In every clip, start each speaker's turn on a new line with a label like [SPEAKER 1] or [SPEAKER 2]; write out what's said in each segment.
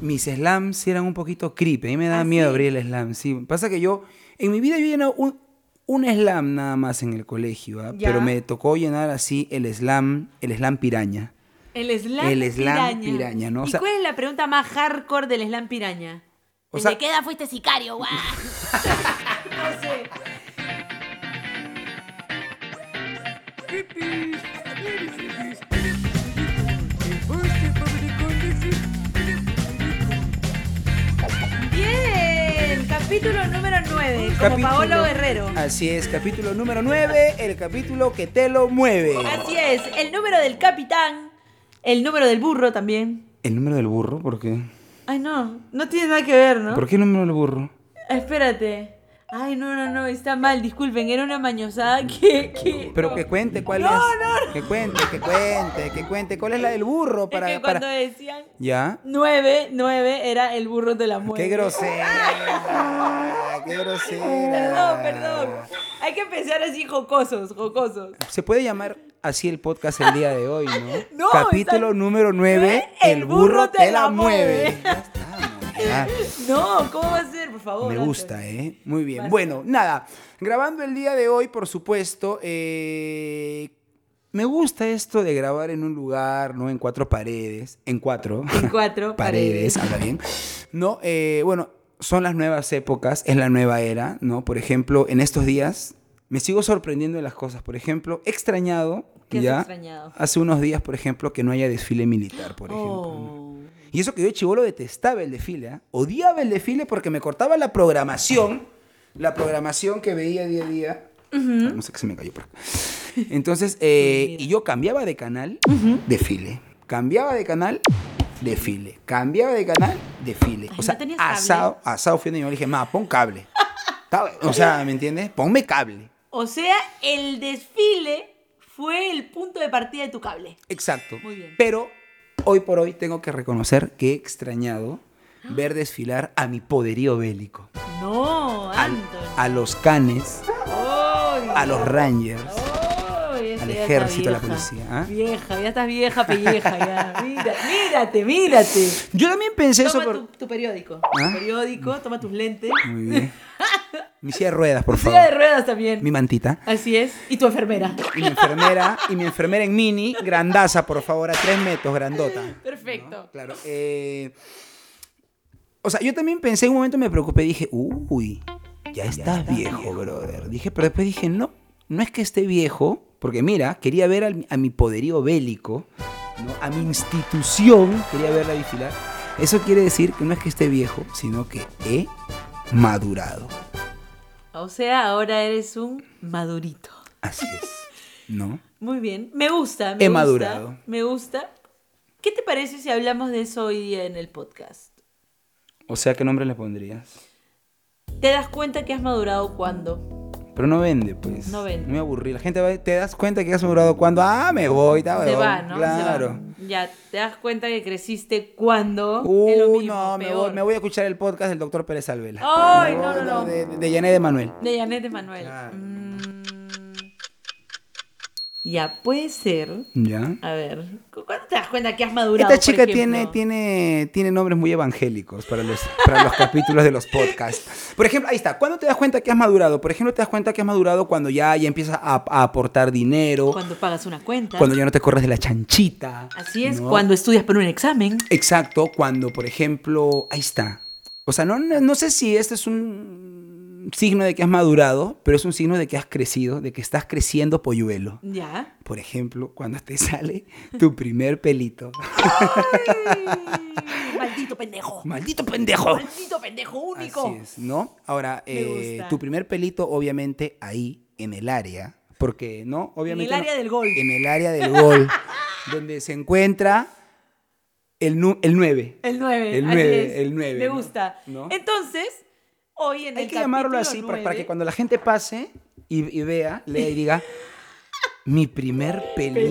[SPEAKER 1] mis slams sí eran un poquito creepy. A mí me
[SPEAKER 2] Ah,
[SPEAKER 1] da miedo abrir el slam. Sí, pasa que yo, en mi vida yo he llenado un, un slam nada más en el colegio, ¿ah?
[SPEAKER 2] Ya.
[SPEAKER 1] pero me tocó llenar así el slam, el slam piraña.
[SPEAKER 2] El slam,
[SPEAKER 1] El slam
[SPEAKER 2] piraña.
[SPEAKER 1] piraña, ¿no? O
[SPEAKER 2] ¿Y
[SPEAKER 1] sea-
[SPEAKER 2] cuál es la pregunta más hardcore del slam piraña?
[SPEAKER 1] O
[SPEAKER 2] ¿Desde
[SPEAKER 1] sea-
[SPEAKER 2] qué edad fuiste sicario, guau? no sé. Bien, capítulo número 9, como
[SPEAKER 1] Capítulo-
[SPEAKER 2] Paolo Guerrero.
[SPEAKER 1] Así es, capítulo número 9, el capítulo que te lo mueve.
[SPEAKER 2] Así es, el número del capitán, el número del burro también.
[SPEAKER 1] ¿El número del burro? ¿Por qué?
[SPEAKER 2] Ay, no, no tiene nada que ver, ¿no?
[SPEAKER 1] ¿Por qué el número del burro?
[SPEAKER 2] Espérate. Ay, no, no, no, está mal, disculpen, era una mañosada que... que-
[SPEAKER 1] Pero
[SPEAKER 2] no.
[SPEAKER 1] que cuente cuál
[SPEAKER 2] No,
[SPEAKER 1] es.
[SPEAKER 2] no, no.
[SPEAKER 1] Que cuente, que cuente, que cuente. ¿Cuál es la del burro? Para,
[SPEAKER 2] es que
[SPEAKER 1] para...
[SPEAKER 2] cuando decían
[SPEAKER 1] ¿Ya?
[SPEAKER 2] 9, 9 era el burro de la muerte.
[SPEAKER 1] ¡Qué grosera! ¡Qué grosera!
[SPEAKER 2] Perdón, perdón. Hay que empezar así jocosos, jocosos.
[SPEAKER 1] Se puede llamar así el podcast el día de hoy, ¿no?
[SPEAKER 2] No,
[SPEAKER 1] Capítulo
[SPEAKER 2] está-
[SPEAKER 1] número 9,
[SPEAKER 2] El
[SPEAKER 1] el burro te la mueve.
[SPEAKER 2] mueve.
[SPEAKER 1] Ya está, ¿no? Ya.
[SPEAKER 2] No, ¿cómo va a ser? Por favor.
[SPEAKER 1] Me
[SPEAKER 2] Antes.
[SPEAKER 1] gusta, ¿eh? Muy bien.
[SPEAKER 2] Basta.
[SPEAKER 1] Bueno, nada, grabando el día de hoy, por supuesto, eh, me gusta esto de grabar en un lugar, ¿no? En cuatro paredes, en cuatro
[SPEAKER 2] En cuatro
[SPEAKER 1] paredes, habla bien, ¿no? Eh, bueno, son las nuevas épocas, es la nueva era, ¿no? Por ejemplo, en estos días me sigo sorprendiendo de las cosas, por ejemplo, he extrañado,
[SPEAKER 2] ¿Qué has
[SPEAKER 1] ya,
[SPEAKER 2] extrañado?
[SPEAKER 1] hace unos días, por ejemplo, que no haya desfile militar, por ejemplo. ¿no?
[SPEAKER 2] Oh.
[SPEAKER 1] Y eso que yo chivolo detestaba el desfile, ¿ah? odiaba el desfile porque me cortaba la programación, la programación que veía día a día. No sé qué se me cayó por acá. Entonces, eh,
[SPEAKER 2] Mira.
[SPEAKER 1] y yo cambiaba de canal, desfile. Cambiaba de canal, desfile. Cambiaba de canal, desfile.
[SPEAKER 2] Ay,
[SPEAKER 1] o sea,
[SPEAKER 2] ¿no tenías cable?
[SPEAKER 1] asado, asado fui y yo le dije, ma, pon cable. Ta- o sea, ¿me entiendes? Ponme cable.
[SPEAKER 2] O sea, el desfile fue el punto de partida de tu cable.
[SPEAKER 1] Exacto.
[SPEAKER 2] Muy bien.
[SPEAKER 1] Pero hoy por hoy tengo que reconocer que he extrañado ver desfilar a mi poderío bélico.
[SPEAKER 2] No,
[SPEAKER 1] al-
[SPEAKER 2] Anton.
[SPEAKER 1] a los canes,
[SPEAKER 2] Ay.
[SPEAKER 1] a los rangers.
[SPEAKER 2] Ay, esa
[SPEAKER 1] Al
[SPEAKER 2] ya está
[SPEAKER 1] ejército, a la
[SPEAKER 2] vieja.
[SPEAKER 1] policía, ¿ah?
[SPEAKER 2] Vieja, ya estás vieja, pelleja, ya. Mira, mírate, mírate.
[SPEAKER 1] Yo también pensé eso
[SPEAKER 2] Toma
[SPEAKER 1] por...
[SPEAKER 2] tu, tu periódico.
[SPEAKER 1] ¿Ah? Mm.
[SPEAKER 2] Tu periódico, toma tus lentes.
[SPEAKER 1] Muy bien. Mi silla de ruedas, por
[SPEAKER 2] Tu silla de
[SPEAKER 1] favor.
[SPEAKER 2] ruedas también.
[SPEAKER 1] Mi mantita.
[SPEAKER 2] Así es. Y tu enfermera.
[SPEAKER 1] Y mi enfermera, y mi enfermera en mini, grandaza, por favor, a tres metros, grandota.
[SPEAKER 2] Perfecto.
[SPEAKER 1] Claro. eh, o sea, yo también pensé en un momento, me preocupé, dije, uy, ya estás viejo, brother. Dije, pero después dije, no, no es que esté viejo, porque mira, quería ver al- a mi poderío bélico, ¿no? a mi institución, quería verla desfilar. Eso quiere decir que no es que esté viejo, sino que he madurado.
[SPEAKER 2] O sea, ahora eres un madurito.
[SPEAKER 1] Así es, ¿no?
[SPEAKER 2] Muy bien. Me gusta. Me
[SPEAKER 1] He
[SPEAKER 2] gusta,
[SPEAKER 1] madurado.
[SPEAKER 2] Me gusta. ¿Qué te parece si hablamos de eso hoy día en el podcast?
[SPEAKER 1] O sea, ¿qué nombre le pondrías?
[SPEAKER 2] ¿Te das cuenta que has madurado cuando?
[SPEAKER 1] Pero no vende, pues.
[SPEAKER 2] No vende.
[SPEAKER 1] Me aburrí. La gente va, te das cuenta que has madurado cuando. Ah, me voy, está
[SPEAKER 2] Se
[SPEAKER 1] huevón".
[SPEAKER 2] va, ¿no? Se va.
[SPEAKER 1] Claro.
[SPEAKER 2] Ya, te das cuenta que creciste cuando.
[SPEAKER 1] Uh,
[SPEAKER 2] Oh, Es lo mismo,
[SPEAKER 1] no, me voy,
[SPEAKER 2] peor.
[SPEAKER 1] me voy a escuchar el podcast del doctor Pérez Alvela.
[SPEAKER 2] Ay,
[SPEAKER 1] Me
[SPEAKER 2] no,
[SPEAKER 1] voy,
[SPEAKER 2] no, no.
[SPEAKER 1] De, de Yané de Manuel.
[SPEAKER 2] De Janet Emanuel.
[SPEAKER 1] Claro.
[SPEAKER 2] Mm. Ya, puede ser.
[SPEAKER 1] ¿Ya?
[SPEAKER 2] A ver, ¿cu- ¿cuándo te das cuenta que has madurado?
[SPEAKER 1] Esta
[SPEAKER 2] por
[SPEAKER 1] chica
[SPEAKER 2] ejemplo?
[SPEAKER 1] tiene, tiene, tiene nombres muy evangélicos para los, para los capítulos de los podcasts. Por ejemplo, ahí está. ¿Cuándo te das cuenta que has madurado? Por ejemplo, te das cuenta que has madurado cuando ya, ya empiezas a, a aportar dinero,
[SPEAKER 2] Cuando pagas una cuenta.
[SPEAKER 1] cuando ya no te corres de la chanchita.
[SPEAKER 2] Así es,
[SPEAKER 1] ¿no?
[SPEAKER 2] cuando estudias para un examen.
[SPEAKER 1] Exacto, cuando, por ejemplo, ahí está. O sea, no, no, no sé si este es un signo de que has madurado, pero es un signo de que has crecido, de que estás creciendo polluelo.
[SPEAKER 2] Ya.
[SPEAKER 1] Por ejemplo, cuando te sale tu primer pelito.
[SPEAKER 2] Ay, maldito pendejo.
[SPEAKER 1] ¡Maldito pendejo!
[SPEAKER 2] Maldito pendejo único.
[SPEAKER 1] Así es, ¿no? Ahora,
[SPEAKER 2] Me
[SPEAKER 1] eh,
[SPEAKER 2] gusta.
[SPEAKER 1] tu primer pelito, obviamente, ahí, en el área. Porque, ¿no?
[SPEAKER 2] En
[SPEAKER 1] Obviamente.
[SPEAKER 2] el área
[SPEAKER 1] no-
[SPEAKER 2] del gol.
[SPEAKER 1] En el área del gol. donde se encuentra el, nu- el 9.
[SPEAKER 2] El 9.
[SPEAKER 1] El
[SPEAKER 2] así
[SPEAKER 1] nueve,
[SPEAKER 2] es.
[SPEAKER 1] el nueve,
[SPEAKER 2] Me
[SPEAKER 1] ¿no?
[SPEAKER 2] gusta.
[SPEAKER 1] ¿No?
[SPEAKER 2] Entonces, hoy en
[SPEAKER 1] Hay
[SPEAKER 2] el
[SPEAKER 1] que llamarlo
[SPEAKER 2] capítulo
[SPEAKER 1] así para, para que
[SPEAKER 2] nueve-
[SPEAKER 1] cuando la gente pase y, y vea, lea y diga, mi primer pelito.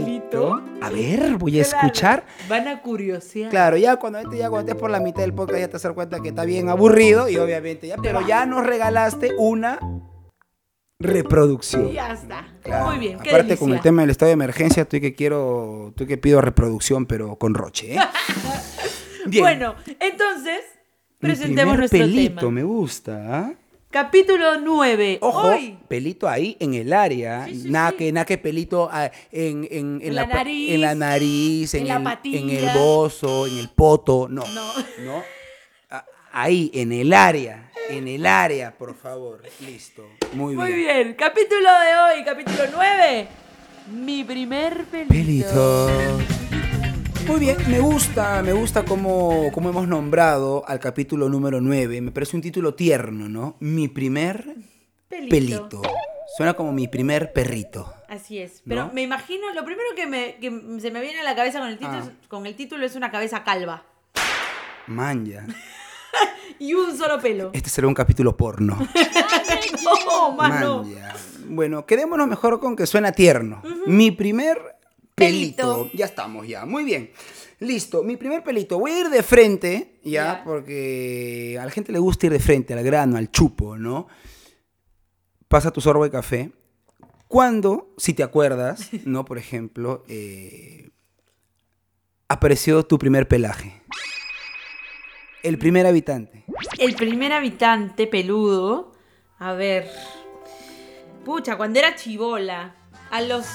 [SPEAKER 2] Pelito.
[SPEAKER 1] A ver, voy a
[SPEAKER 2] Claro,
[SPEAKER 1] escuchar.
[SPEAKER 2] Van a curiosear.
[SPEAKER 1] Claro, ya cuando, este- ya cuando estés por la mitad del podcast ya te vas a dar cuenta que está bien aburrido y obviamente ya, pero ya nos regalaste una reproducción.
[SPEAKER 2] Ya está.
[SPEAKER 1] Claro.
[SPEAKER 2] Muy bien. qué
[SPEAKER 1] Aparte con el
[SPEAKER 2] delicia.
[SPEAKER 1] tema del estado de emergencia, estoy que quiero, estoy que pido reproducción, pero con Roche, ¿eh? Bien.
[SPEAKER 2] Bueno, entonces,
[SPEAKER 1] Mi
[SPEAKER 2] presentemos
[SPEAKER 1] primer
[SPEAKER 2] nuestro
[SPEAKER 1] pelito,
[SPEAKER 2] tema.
[SPEAKER 1] me gusta. ¿ah?
[SPEAKER 2] Capítulo 9.
[SPEAKER 1] Ojo,
[SPEAKER 2] Hoy.
[SPEAKER 1] pelito ahí en el área.
[SPEAKER 2] Sí, sí,
[SPEAKER 1] nada,
[SPEAKER 2] sí.
[SPEAKER 1] Que, nada que pelito ah, en, en- en
[SPEAKER 2] En la
[SPEAKER 1] pa-
[SPEAKER 2] nariz,
[SPEAKER 1] en la nariz, en,
[SPEAKER 2] en la
[SPEAKER 1] el, en el
[SPEAKER 2] patilla.
[SPEAKER 1] bozo, en el poto. No.
[SPEAKER 2] No.
[SPEAKER 1] No. A- Ahí, en el área. En el área, por favor. Listo. Muy,
[SPEAKER 2] Muy
[SPEAKER 1] bien.
[SPEAKER 2] bien. Capítulo de hoy, capítulo 9. Mi primer pelito.
[SPEAKER 1] Pelito. Muy bien, me gusta, me gusta cómo, cómo hemos nombrado al capítulo número 9. Me parece un título tierno, ¿no? Mi primer
[SPEAKER 2] Pelito.
[SPEAKER 1] pelito. Suena como mi primer perrito.
[SPEAKER 2] Así es. Pero
[SPEAKER 1] ¿No?
[SPEAKER 2] me imagino, lo primero que, me, que se me viene a la cabeza con el título,
[SPEAKER 1] Ah.
[SPEAKER 2] es- con el título es una cabeza calva.
[SPEAKER 1] Manja.
[SPEAKER 2] Y un solo pelo.
[SPEAKER 1] Este será un capítulo porno.
[SPEAKER 2] No, más no.
[SPEAKER 1] Manja. Bueno, quedémonos mejor con que suena tierno. Mi primer pelito.
[SPEAKER 2] Pelito.
[SPEAKER 1] Ya estamos, ya. Muy bien. Listo, mi primer pelito. Voy a ir de frente, ya,
[SPEAKER 2] Ya.
[SPEAKER 1] porque a la gente le gusta ir de frente, al grano, al chupo, ¿no? Pasa tu sorbo de café. Cuando, si te acuerdas, ¿no? Por ejemplo, eh, apareció tu primer pelaje. El primer habitante.
[SPEAKER 2] El primer habitante peludo. A ver. Pucha, cuando era chivola. A los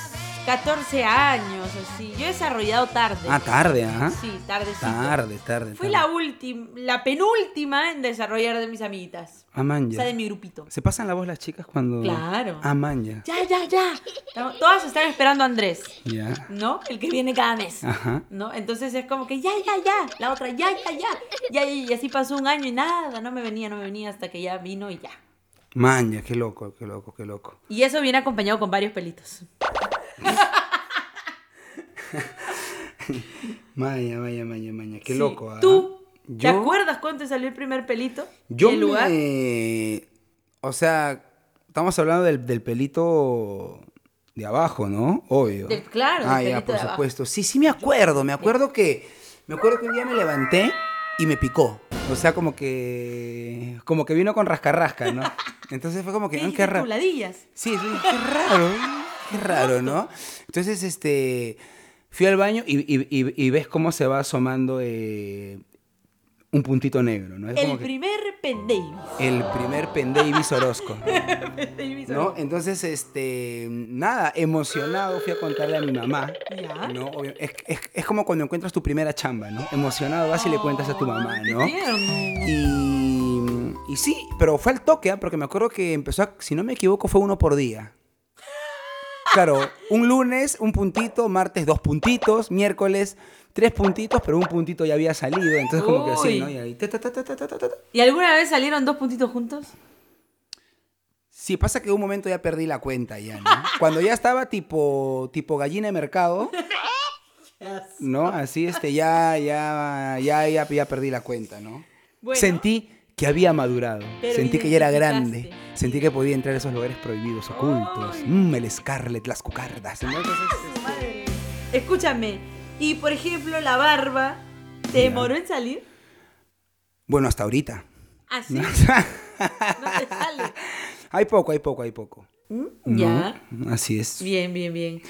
[SPEAKER 2] 14 años, así. Yo he desarrollado tarde.
[SPEAKER 1] Ah, tarde, ¿ah?
[SPEAKER 2] Sí, tarde.
[SPEAKER 1] Tarde, tarde. tarde.
[SPEAKER 2] Fui la última, la penúltima en desarrollar de mis amiguitas.
[SPEAKER 1] Ah, man,
[SPEAKER 2] O
[SPEAKER 1] ya.
[SPEAKER 2] sea, de mi grupito.
[SPEAKER 1] ¿Se pasan la voz las chicas cuando...?
[SPEAKER 2] Claro.
[SPEAKER 1] Ah, man, ya.
[SPEAKER 2] Ya, ya, ya. Estamos- Todas están esperando a Andrés,
[SPEAKER 1] Ya.
[SPEAKER 2] ¿no? El que viene cada mes.
[SPEAKER 1] Ajá.
[SPEAKER 2] ¿No? Entonces es como que ya, ya, ya. La otra, ya, ya, ya. Ya, ya, y así pasó un año y nada. No me venía, no me venía hasta que ya vino y ya.
[SPEAKER 1] Man, ya, qué loco, qué loco, qué loco.
[SPEAKER 2] Y eso viene acompañado con varios pelitos.
[SPEAKER 1] Maña, maña, maña, maña, qué
[SPEAKER 2] Sí.
[SPEAKER 1] loco, ¿ah?
[SPEAKER 2] ¿Tú te
[SPEAKER 1] Yo-
[SPEAKER 2] acuerdas cuándo te salió el primer pelito?
[SPEAKER 1] Yo
[SPEAKER 2] ¿Y el lugar?
[SPEAKER 1] me... O sea, estamos hablando del, del pelito de abajo, ¿no? Obvio.
[SPEAKER 2] Del- claro, del
[SPEAKER 1] Ah, ya,
[SPEAKER 2] pelito
[SPEAKER 1] por
[SPEAKER 2] de abajo.
[SPEAKER 1] supuesto. Sí, sí me acuerdo, me acuerdo que... Me acuerdo que un día me levanté y me picó. O sea, como que... Como que vino con rascarrasca, ¿no? Entonces fue como que...
[SPEAKER 2] ¿Qué
[SPEAKER 1] "Ah,
[SPEAKER 2] dijiste
[SPEAKER 1] qué
[SPEAKER 2] tú?
[SPEAKER 1] raro".
[SPEAKER 2] ¿Ladillas?
[SPEAKER 1] Sí, sí, qué raro, qué raro, ¿no? Entonces, este, fui al baño y, y- y- y ves cómo se va asomando eh, un puntito negro, ¿no? Es
[SPEAKER 2] El
[SPEAKER 1] como que
[SPEAKER 2] primer pendejo.
[SPEAKER 1] el primer Penn Davis Orozco, ¿no?
[SPEAKER 2] ¿No?
[SPEAKER 1] Entonces, este, nada, emocionado fui a contarle a mi mamá,
[SPEAKER 2] Ya.
[SPEAKER 1] ¿no? Obvio- Es, es- es como cuando encuentras tu primera chamba, ¿no? Emocionado vas y le cuentas a tu mamá,
[SPEAKER 2] Qué
[SPEAKER 1] ¿no?
[SPEAKER 2] tierno.
[SPEAKER 1] Y, y sí, pero fue al toque, ¿ah? porque me acuerdo que empezó, a- si no me equivoco, fue uno por día. Claro, un lunes un puntito, martes dos puntitos, miércoles tres puntitos, pero un puntito ya había salido, entonces como que así,
[SPEAKER 2] Uy.
[SPEAKER 1] ¿no? Y ahí, ta, ta, ta, ta, ta, ta, ta, ta.
[SPEAKER 2] ¿Y alguna vez salieron dos puntitos juntos?
[SPEAKER 1] Sí, pasa que un momento ya perdí la cuenta ya, ¿no? Cuando ya estaba tipo, tipo gallina de mercado, ¿no? Así, este, ya, ya, ya, ya, ya perdí la cuenta, ¿no?
[SPEAKER 2] Bueno.
[SPEAKER 1] Sentí que había madurado,
[SPEAKER 2] Pero
[SPEAKER 1] sentí que ya era
[SPEAKER 2] identificaste.
[SPEAKER 1] grande, sentí que podía entrar a esos lugares prohibidos, ocultos,
[SPEAKER 2] Ay.
[SPEAKER 1] Mm, el Scarlet, las cucardas. ¿no? Entonces, este,
[SPEAKER 2] Madre. Escúchame. Y por ejemplo, la barba. ¿Te
[SPEAKER 1] Ya.
[SPEAKER 2] demoró en salir?
[SPEAKER 1] Bueno, hasta ahorita.
[SPEAKER 2] Así. No, te sale.
[SPEAKER 1] hay poco, hay poco, hay poco. Mm, ¿no?
[SPEAKER 2] Ya.
[SPEAKER 1] Así es.
[SPEAKER 2] Bien, bien, bien.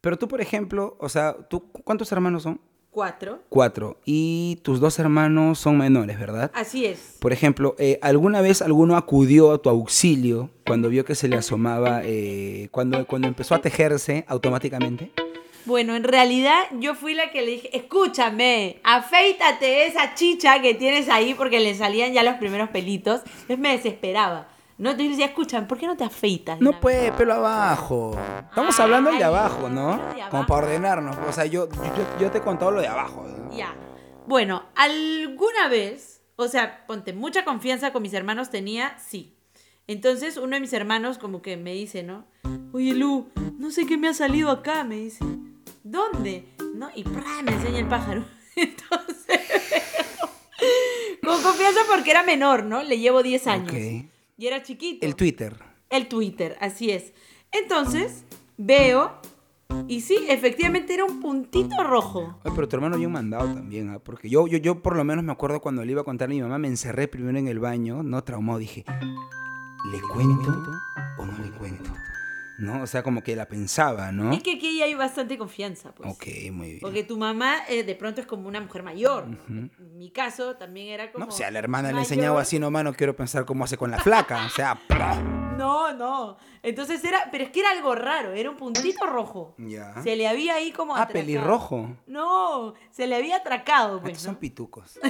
[SPEAKER 1] Pero tú, por ejemplo, o sea, ¿tú cuántos hermanos son?
[SPEAKER 2] Cuatro.
[SPEAKER 1] Cuatro. Y tus dos hermanos son menores, ¿verdad?
[SPEAKER 2] Así es.
[SPEAKER 1] Por ejemplo, eh, ¿alguna vez alguno acudió a tu auxilio cuando vio que se le asomaba, eh, cuando, cuando empezó a tejerse automáticamente?
[SPEAKER 2] Bueno, en realidad yo fui la que le dije, escúchame, afeítate esa chicha que tienes ahí porque le salían ya los primeros pelitos. Entonces me desesperaba. No, entonces yo decía, escúchame, ¿por qué no te afeitas? de una
[SPEAKER 1] No
[SPEAKER 2] vez?"
[SPEAKER 1] puede, pelo abajo. Estamos hablando del de
[SPEAKER 2] Ay,
[SPEAKER 1] abajo, ¿no?
[SPEAKER 2] el de abajo.
[SPEAKER 1] Como para ordenarnos. O sea, yo, yo, yo te he contado lo de abajo. ¿no?
[SPEAKER 2] Ya. Bueno, alguna vez, o sea, ponte, mucha confianza con mis hermanos tenía, sí. Entonces uno de mis hermanos como que me dice, ¿no? Oye, Lu, no sé qué me ha salido acá, me dice. ¿Dónde? ¿No? Y ¡prá! me enseña el pájaro. Entonces, con confianza porque era menor, ¿no? Le llevo 10 años.
[SPEAKER 1] Ok.
[SPEAKER 2] Y era chiquito.
[SPEAKER 1] El Twitter.
[SPEAKER 2] El Twitter, así es. Entonces, veo, y sí, efectivamente era un puntito rojo.
[SPEAKER 1] Ay, pero tu hermano bien mandado también, ¿ah? Porque yo, yo, yo por lo menos me acuerdo cuando le iba a contar a mi mamá, me encerré primero en el baño, no traumado, dije, ¿le cuento o no le cuento? ¿no? O sea, como que la pensaba, ¿no?
[SPEAKER 2] Es que aquí hay bastante confianza, pues.
[SPEAKER 1] Ok, muy bien.
[SPEAKER 2] Porque tu mamá eh, de pronto es como una mujer mayor. En mi caso también era como.
[SPEAKER 1] No, o sea, la hermana le
[SPEAKER 2] mayor.
[SPEAKER 1] enseñaba así nomás, no quiero pensar cómo hace con la flaca. O sea, ¡pra!
[SPEAKER 2] No, no. Entonces era. Pero es que era algo raro, era un puntito rojo.
[SPEAKER 1] Ya.
[SPEAKER 2] Se le había ahí como.
[SPEAKER 1] Ah,
[SPEAKER 2] atracado.
[SPEAKER 1] pelirrojo.
[SPEAKER 2] No, se le había atracado, pues.
[SPEAKER 1] Estos
[SPEAKER 2] ¿no?
[SPEAKER 1] son pitucos.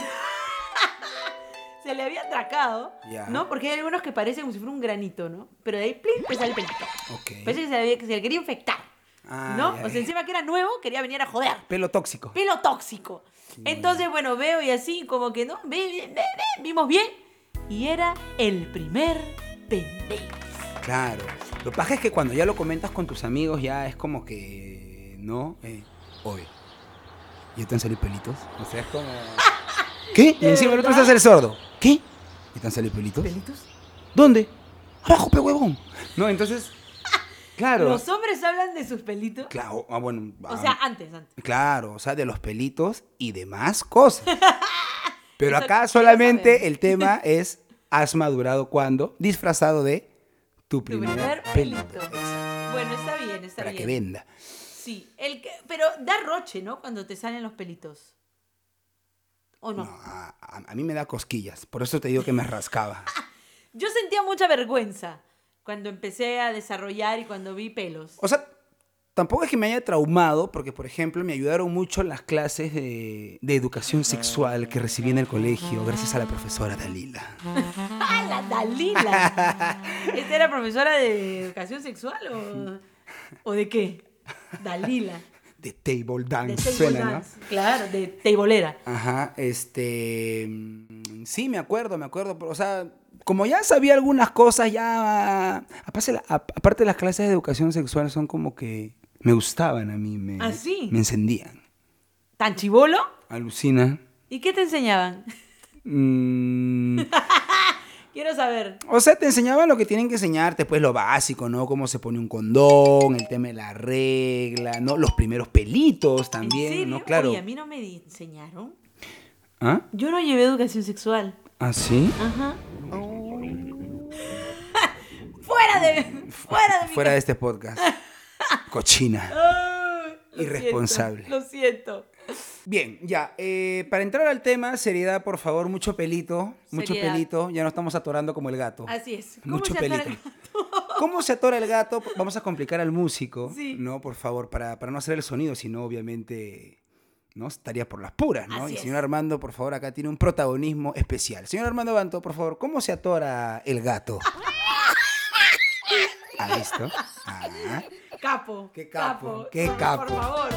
[SPEAKER 2] Se le había atracado,
[SPEAKER 1] Ya.
[SPEAKER 2] ¿no? Porque hay algunos que parecen como si fuera un granito, ¿no? Pero de ahí, plin, te sale el pelito.
[SPEAKER 1] Ok.
[SPEAKER 2] Parece que se, le había- que se le quería infectar,
[SPEAKER 1] Ah,
[SPEAKER 2] ¿no?
[SPEAKER 1] ya,
[SPEAKER 2] O
[SPEAKER 1] ya.
[SPEAKER 2] sea, encima que era nuevo, quería venir a joder.
[SPEAKER 1] Pelo tóxico.
[SPEAKER 2] Pelo tóxico. Entonces, bueno, veo y así, como que no, ve, ve, ve, ve, vimos bien. Y era el primer pendejo.
[SPEAKER 1] Claro. Lo que pasa es que cuando ya lo comentas con tus amigos, ya es como que. ¿No? Eh, oye. ¿Ya te han salido pelitos? O sea, es como. ¿Qué? Y
[SPEAKER 2] ¿De
[SPEAKER 1] encima el otro se
[SPEAKER 2] verdad?
[SPEAKER 1] hace el sordo. ¿Qué? ¿Ya te han salido pelitos?
[SPEAKER 2] ¿Pelitos?
[SPEAKER 1] ¿Dónde? Abajo, pe huevón. No, entonces. Claro.
[SPEAKER 2] Los hombres hablan de sus pelitos.
[SPEAKER 1] Claro, ah, bueno.
[SPEAKER 2] O
[SPEAKER 1] ah,
[SPEAKER 2] sea, antes, antes.
[SPEAKER 1] Claro, o sea, de los pelitos y demás cosas. Pero
[SPEAKER 2] Eso
[SPEAKER 1] acá
[SPEAKER 2] quiero
[SPEAKER 1] solamente
[SPEAKER 2] saber.
[SPEAKER 1] el tema es has madurado cuando, disfrazado de tu
[SPEAKER 2] Tu
[SPEAKER 1] primer,
[SPEAKER 2] primer
[SPEAKER 1] pelito.
[SPEAKER 2] pelito.
[SPEAKER 1] Exacto,
[SPEAKER 2] Bueno, está bien, está
[SPEAKER 1] Para
[SPEAKER 2] bien.
[SPEAKER 1] que venda.
[SPEAKER 2] Sí, el que, pero da roche, ¿no? Cuando te salen los pelitos. ¿O no?
[SPEAKER 1] No, a, a- a mí me da cosquillas, por eso te digo que me rascaba.
[SPEAKER 2] Yo sentía mucha vergüenza cuando empecé a desarrollar y cuando vi pelos.
[SPEAKER 1] O sea, tampoco es que me haya traumado, porque por ejemplo me ayudaron mucho las clases de, de educación sexual que recibí en el colegio, gracias a la profesora Dalila.
[SPEAKER 2] ¡Ah, la Dalila! ¿Esta era profesora de educación sexual o, o de qué? Dalila.
[SPEAKER 1] De table
[SPEAKER 2] De
[SPEAKER 1] dance,
[SPEAKER 2] table
[SPEAKER 1] suena, ¿no?
[SPEAKER 2] dance. Claro, de teibolera.
[SPEAKER 1] Ajá, este. mm, Sí, me acuerdo, me acuerdo. pero, O sea, como ya sabía algunas cosas, ya. Aparte, la- ap- aparte las clases de educación sexual son como que me gustaban a mí, me,
[SPEAKER 2] ¿Ah, sí?
[SPEAKER 1] me encendían.
[SPEAKER 2] ¿Tan chivolo?
[SPEAKER 1] Alucina.
[SPEAKER 2] ¿Y qué te enseñaban?
[SPEAKER 1] Mm,
[SPEAKER 2] Quiero saber.
[SPEAKER 1] o sea, te enseñaban lo que tienen que enseñarte, pues lo básico, ¿no? Cómo se pone un condón, el tema de la regla, ¿no? Los primeros pelitos también,
[SPEAKER 2] ¿En serio?
[SPEAKER 1] ¿no? Claro.
[SPEAKER 2] Oye, a mí no me di- enseñaron.
[SPEAKER 1] ¿Ah?
[SPEAKER 2] Yo no llevé educación sexual.
[SPEAKER 1] ¿Ah, sí?
[SPEAKER 2] Ajá. fuera de fuera de mi
[SPEAKER 1] Fuera de este podcast. Cochina.
[SPEAKER 2] Ah, lo siento,
[SPEAKER 1] Irresponsable.
[SPEAKER 2] lo siento.
[SPEAKER 1] Bien, ya. eh, para entrar al tema, seriedad, por favor, mucho pelito. Mucho
[SPEAKER 2] Seriedad.
[SPEAKER 1] pelito. Ya no estamos atorando como el gato.
[SPEAKER 2] Así es.
[SPEAKER 1] Oh,
[SPEAKER 2] ¿Cómo
[SPEAKER 1] Mucho
[SPEAKER 2] se
[SPEAKER 1] pelito.
[SPEAKER 2] atora el gato?
[SPEAKER 1] ¿Cómo se atora el gato? Vamos a complicar al músico,
[SPEAKER 2] Sí.
[SPEAKER 1] ¿no? Por favor, para, para no hacer el sonido, sino obviamente, ¿no? Estaría por las puras, ¿no?
[SPEAKER 2] Así
[SPEAKER 1] y
[SPEAKER 2] es.
[SPEAKER 1] señor Armando, por favor, acá tiene un protagonismo especial. Señor Armando Banto, por favor, ¿cómo se atora el gato? A esto. Ah.
[SPEAKER 2] Capo.
[SPEAKER 1] Qué capo, qué
[SPEAKER 2] Por-
[SPEAKER 1] capo.
[SPEAKER 2] Por favor.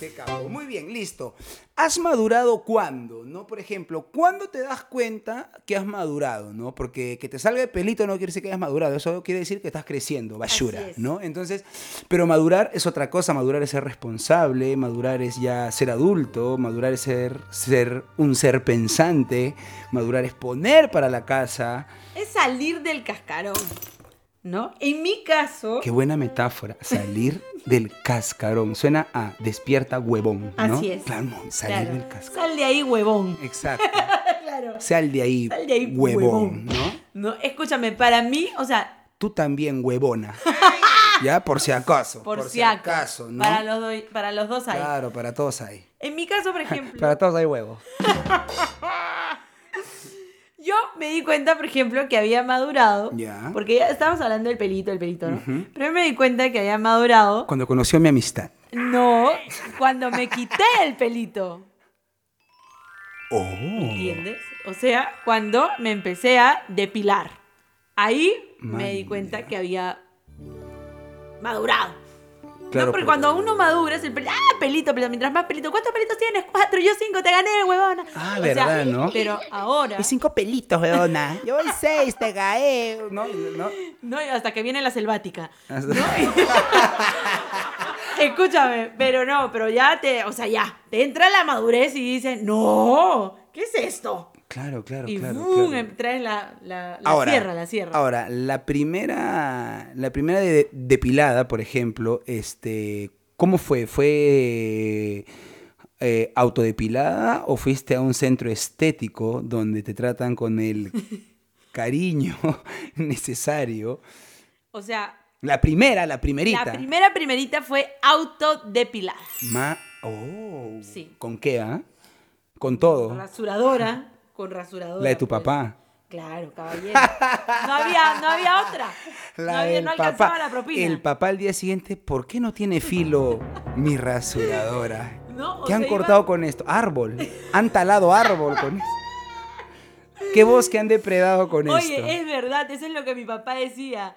[SPEAKER 1] Te cago. Muy bien, listo. ¿Has madurado cuándo? ¿No? Por ejemplo, ¿cuándo te das cuenta que has madurado? ¿No? Porque que te salga el pelito no quiere decir que hayas madurado. Eso quiere decir que estás creciendo, basura,
[SPEAKER 2] Así es.
[SPEAKER 1] ¿no? Entonces, pero madurar es otra cosa. Madurar es ser responsable, madurar es ya ser adulto, madurar es ser, ser un ser pensante, madurar es poner para la casa.
[SPEAKER 2] Es salir del cascarón. ¿No? En mi caso.
[SPEAKER 1] Qué buena metáfora. Salir del cascarón. Suena a despierta huevón, ¿no?
[SPEAKER 2] Así es.
[SPEAKER 1] Claro, salir
[SPEAKER 2] claro,
[SPEAKER 1] del cascarón.
[SPEAKER 2] Sal de ahí, huevón.
[SPEAKER 1] Exacto.
[SPEAKER 2] Claro.
[SPEAKER 1] Sal de ahí,
[SPEAKER 2] Sal de ahí,
[SPEAKER 1] huevón,
[SPEAKER 2] huevón.
[SPEAKER 1] ¿no?
[SPEAKER 2] No, escúchame, para mí, o sea,
[SPEAKER 1] Tú también, huevona. ya, por si acaso.
[SPEAKER 2] por, si acaso.
[SPEAKER 1] acaso, ¿no?
[SPEAKER 2] para, los doi- para los dos hay.
[SPEAKER 1] Claro, para todos hay.
[SPEAKER 2] En mi caso, por ejemplo.
[SPEAKER 1] Para todos hay huevo.
[SPEAKER 2] Yo me di cuenta, por ejemplo, que había madurado.
[SPEAKER 1] Ya.
[SPEAKER 2] Porque ya estábamos hablando del pelito, el pelito, ¿no? Pero yo me di cuenta que había madurado.
[SPEAKER 1] Cuando conoció mi amistad.
[SPEAKER 2] No, cuando me quité el pelito.
[SPEAKER 1] Oh.
[SPEAKER 2] ¿Entiendes? O sea, cuando me empecé a depilar. Ahí me di
[SPEAKER 1] Man,
[SPEAKER 2] cuenta
[SPEAKER 1] ya.
[SPEAKER 2] que había madurado.
[SPEAKER 1] Claro,
[SPEAKER 2] no, porque
[SPEAKER 1] pero-
[SPEAKER 2] cuando uno madura es el pelito. ¡Ah, pelito! Pero mientras más pelito. ¿Cuántos pelitos tienes? Cuatro, yo cinco, te gané, huevona.
[SPEAKER 1] Ah, verdad, ¿no?
[SPEAKER 2] Pero ahora.
[SPEAKER 1] Es cinco pelitos, huevona. Yo voy seis, te gaé. No, no.
[SPEAKER 2] No, hasta que viene la selvática.
[SPEAKER 1] Hasta-
[SPEAKER 2] Escúchame, pero no, pero ya te, o sea, ya, te entra la madurez y dices, no, ¿qué es esto?
[SPEAKER 1] Claro, claro,
[SPEAKER 2] y
[SPEAKER 1] claro.
[SPEAKER 2] ¡bum!
[SPEAKER 1] claro.
[SPEAKER 2] em- traes la, la, la sierra, la sierra.
[SPEAKER 1] Ahora, la primera, la primera de- depilada, por ejemplo, este, ¿cómo fue? ¿Fue eh, autodepilada o fuiste a un centro estético donde te tratan con el cariño necesario?
[SPEAKER 2] O sea,
[SPEAKER 1] La primera, la primerita.
[SPEAKER 2] La primera primerita fue autodepilada.
[SPEAKER 1] Ma- oh.
[SPEAKER 2] Sí.
[SPEAKER 1] ¿Con qué, ah? Con todo.
[SPEAKER 2] Rasuradora, con rasuradora.
[SPEAKER 1] La de tu
[SPEAKER 2] pues.
[SPEAKER 1] papá.
[SPEAKER 2] Claro, caballero. No había, no había otra. no, había, no alcanzaba la propina.
[SPEAKER 1] El papá al día siguiente, ¿por qué no tiene filo mi rasuradora?
[SPEAKER 2] No, o
[SPEAKER 1] ¿Qué han
[SPEAKER 2] sea,
[SPEAKER 1] cortado
[SPEAKER 2] iba-
[SPEAKER 1] con esto? Árbol. Han talado árbol con esto. ¿Qué bosque han depredado con
[SPEAKER 2] Oye,
[SPEAKER 1] esto?
[SPEAKER 2] es verdad, eso es lo que mi papá decía.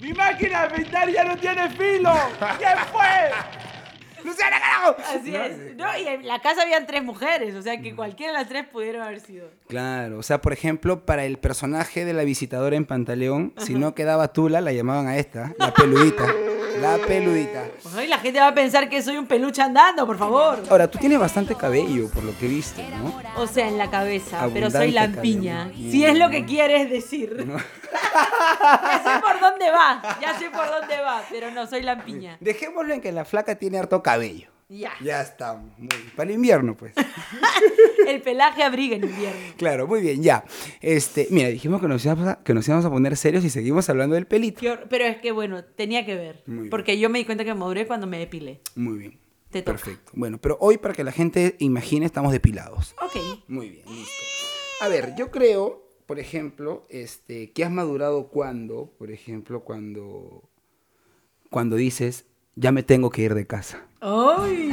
[SPEAKER 1] ¡Mi máquina de pintar ya no tiene filo! ¿Quién fue? ¡Luciana Carajo!
[SPEAKER 2] Así
[SPEAKER 1] No, Mm.
[SPEAKER 2] es. No, y en la casa habían tres mujeres, o sea que cualquiera de las tres pudieron haber sido.
[SPEAKER 1] Claro, o sea, por ejemplo, para el personaje de la visitadora en Pantaleón, si no quedaba Tula, la llamaban a esta, la peludita. La peludita.
[SPEAKER 2] Ay, Pues la gente va a pensar que soy un peluche andando, por favor.
[SPEAKER 1] Ahora, tú tienes bastante cabello, por lo que viste, ¿no?
[SPEAKER 2] O sea, en la cabeza, pero soy
[SPEAKER 1] Abundante
[SPEAKER 2] lampiña.
[SPEAKER 1] cabello.
[SPEAKER 2] Si es lo que quieres decir. ya sé por dónde va, ya sé por dónde va, pero no, soy lampiña.
[SPEAKER 1] Dejémoslo en que la flaca tiene harto cabello.
[SPEAKER 2] Ya.
[SPEAKER 1] Ya estamos. Muy bien. Para el invierno, pues.
[SPEAKER 2] El pelaje abriga en invierno.
[SPEAKER 1] Claro, muy bien, ya. Este, mira, dijimos que nos íbamos a, que nos íbamos a poner serios y seguimos hablando del pelito.
[SPEAKER 2] Qué hor- Pero es que bueno, tenía que ver.
[SPEAKER 1] Muy bien.
[SPEAKER 2] Porque yo me di cuenta que maduré cuando me depilé.
[SPEAKER 1] Muy bien.
[SPEAKER 2] Te toca.
[SPEAKER 1] Perfecto. Bueno, pero hoy para que la gente imagine, estamos depilados.
[SPEAKER 2] Ok.
[SPEAKER 1] Muy bien, listo. A ver, yo creo, por ejemplo, este, que has madurado cuando, por ejemplo, cuando, cuando dices, ya me tengo que ir de casa.
[SPEAKER 2] ¡Ay!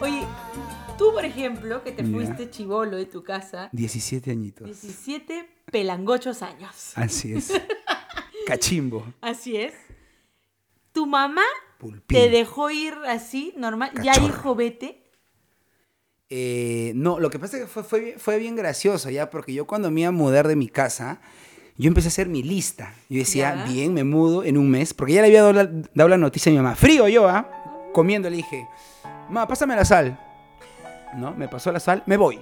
[SPEAKER 2] Oye, tú, por ejemplo, que te
[SPEAKER 1] Ya.
[SPEAKER 2] fuiste chivolo de tu casa,
[SPEAKER 1] 17 añitos.
[SPEAKER 2] 17 pelangochos años.
[SPEAKER 1] Así es. Cachimbo.
[SPEAKER 2] Así es. Tu mamá
[SPEAKER 1] Pulpín.
[SPEAKER 2] te dejó ir así, normal. Ya,
[SPEAKER 1] Cachorro.
[SPEAKER 2] hijo, vete.
[SPEAKER 1] Eh, no, lo que pasa es que fue, fue, bien- fue bien gracioso, ¿ya? Porque yo cuando me iba a mudar de mi casa, yo empecé a hacer mi lista. Yo decía,
[SPEAKER 2] Ya.
[SPEAKER 1] bien, me mudo en un mes, porque ya le había dado la, dado la noticia a mi mamá. Frío yo, ¿ah? Comiendo, le dije, mamá, pásame la sal. No, me pasó la sal, me voy.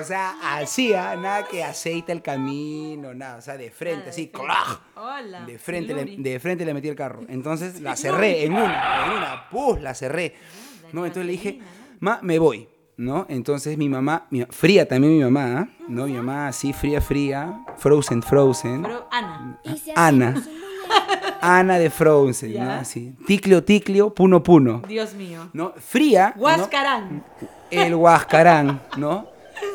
[SPEAKER 1] o sea, así, ¿ah? Nada que aceita el camino, nada. O sea, de frente,
[SPEAKER 2] Nada, Ah, de
[SPEAKER 1] así,
[SPEAKER 2] frente.
[SPEAKER 1] ¡claj!
[SPEAKER 2] Hola.
[SPEAKER 1] De frente, le,
[SPEAKER 2] Luri.
[SPEAKER 1] de frente le metí el carro. Entonces la cerré en una, en una, ¡puf! Ah, La cerré. No, entonces le dije, ma, me voy, ¿no? Entonces mi mamá, mi- fría también mi mamá, ¿ah? ¿no? Mi mamá así, fría, fría, frozen, frozen.
[SPEAKER 2] Pero, Ana.
[SPEAKER 1] Ana, Ana de Frozen, ¿no?
[SPEAKER 2] Ya.
[SPEAKER 1] Así, ticlio, ticlio, puno, puno,
[SPEAKER 2] Dios mío.
[SPEAKER 1] ¿no? Fría, ¿no?
[SPEAKER 2] Huascarán.
[SPEAKER 1] el Huascarán, ¿no?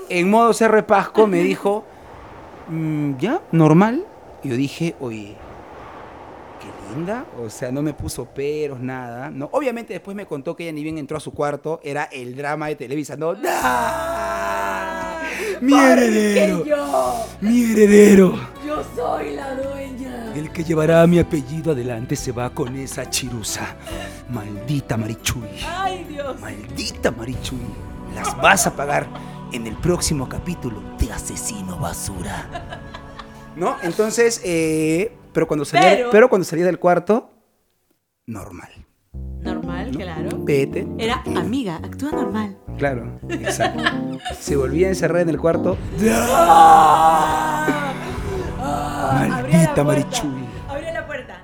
[SPEAKER 1] En modo Cerro Pasco me dijo, "Mm, ya, normal. Y yo dije, oye, qué linda. O sea, no me puso peros, nada. No, obviamente después me contó que ella ni bien entró a su cuarto, era el drama de Televisa. No, ¡Ah! mi heredero,
[SPEAKER 2] Que yo,
[SPEAKER 1] mi heredero.
[SPEAKER 2] yo soy la dueña.
[SPEAKER 1] El que llevará mi apellido adelante se va con esa chirusa. Maldita Marichuy.
[SPEAKER 2] Ay, Dios.
[SPEAKER 1] Maldita Marichuy, las vas a pagar en el próximo capítulo. Te asesino basura. ¿No? Entonces, eh, pero cuando salía,
[SPEAKER 2] Pero-
[SPEAKER 1] pero, cuando salía del cuarto, normal.
[SPEAKER 2] Normal, claro.
[SPEAKER 1] Vete.
[SPEAKER 2] Era amiga, actúa normal.
[SPEAKER 1] Claro, exacto. Se volvía a encerrar en el cuarto.
[SPEAKER 2] Ah, Abría la
[SPEAKER 1] Ah. Maldita
[SPEAKER 2] puerta,
[SPEAKER 1] Marichuy.
[SPEAKER 2] Abría la puerta.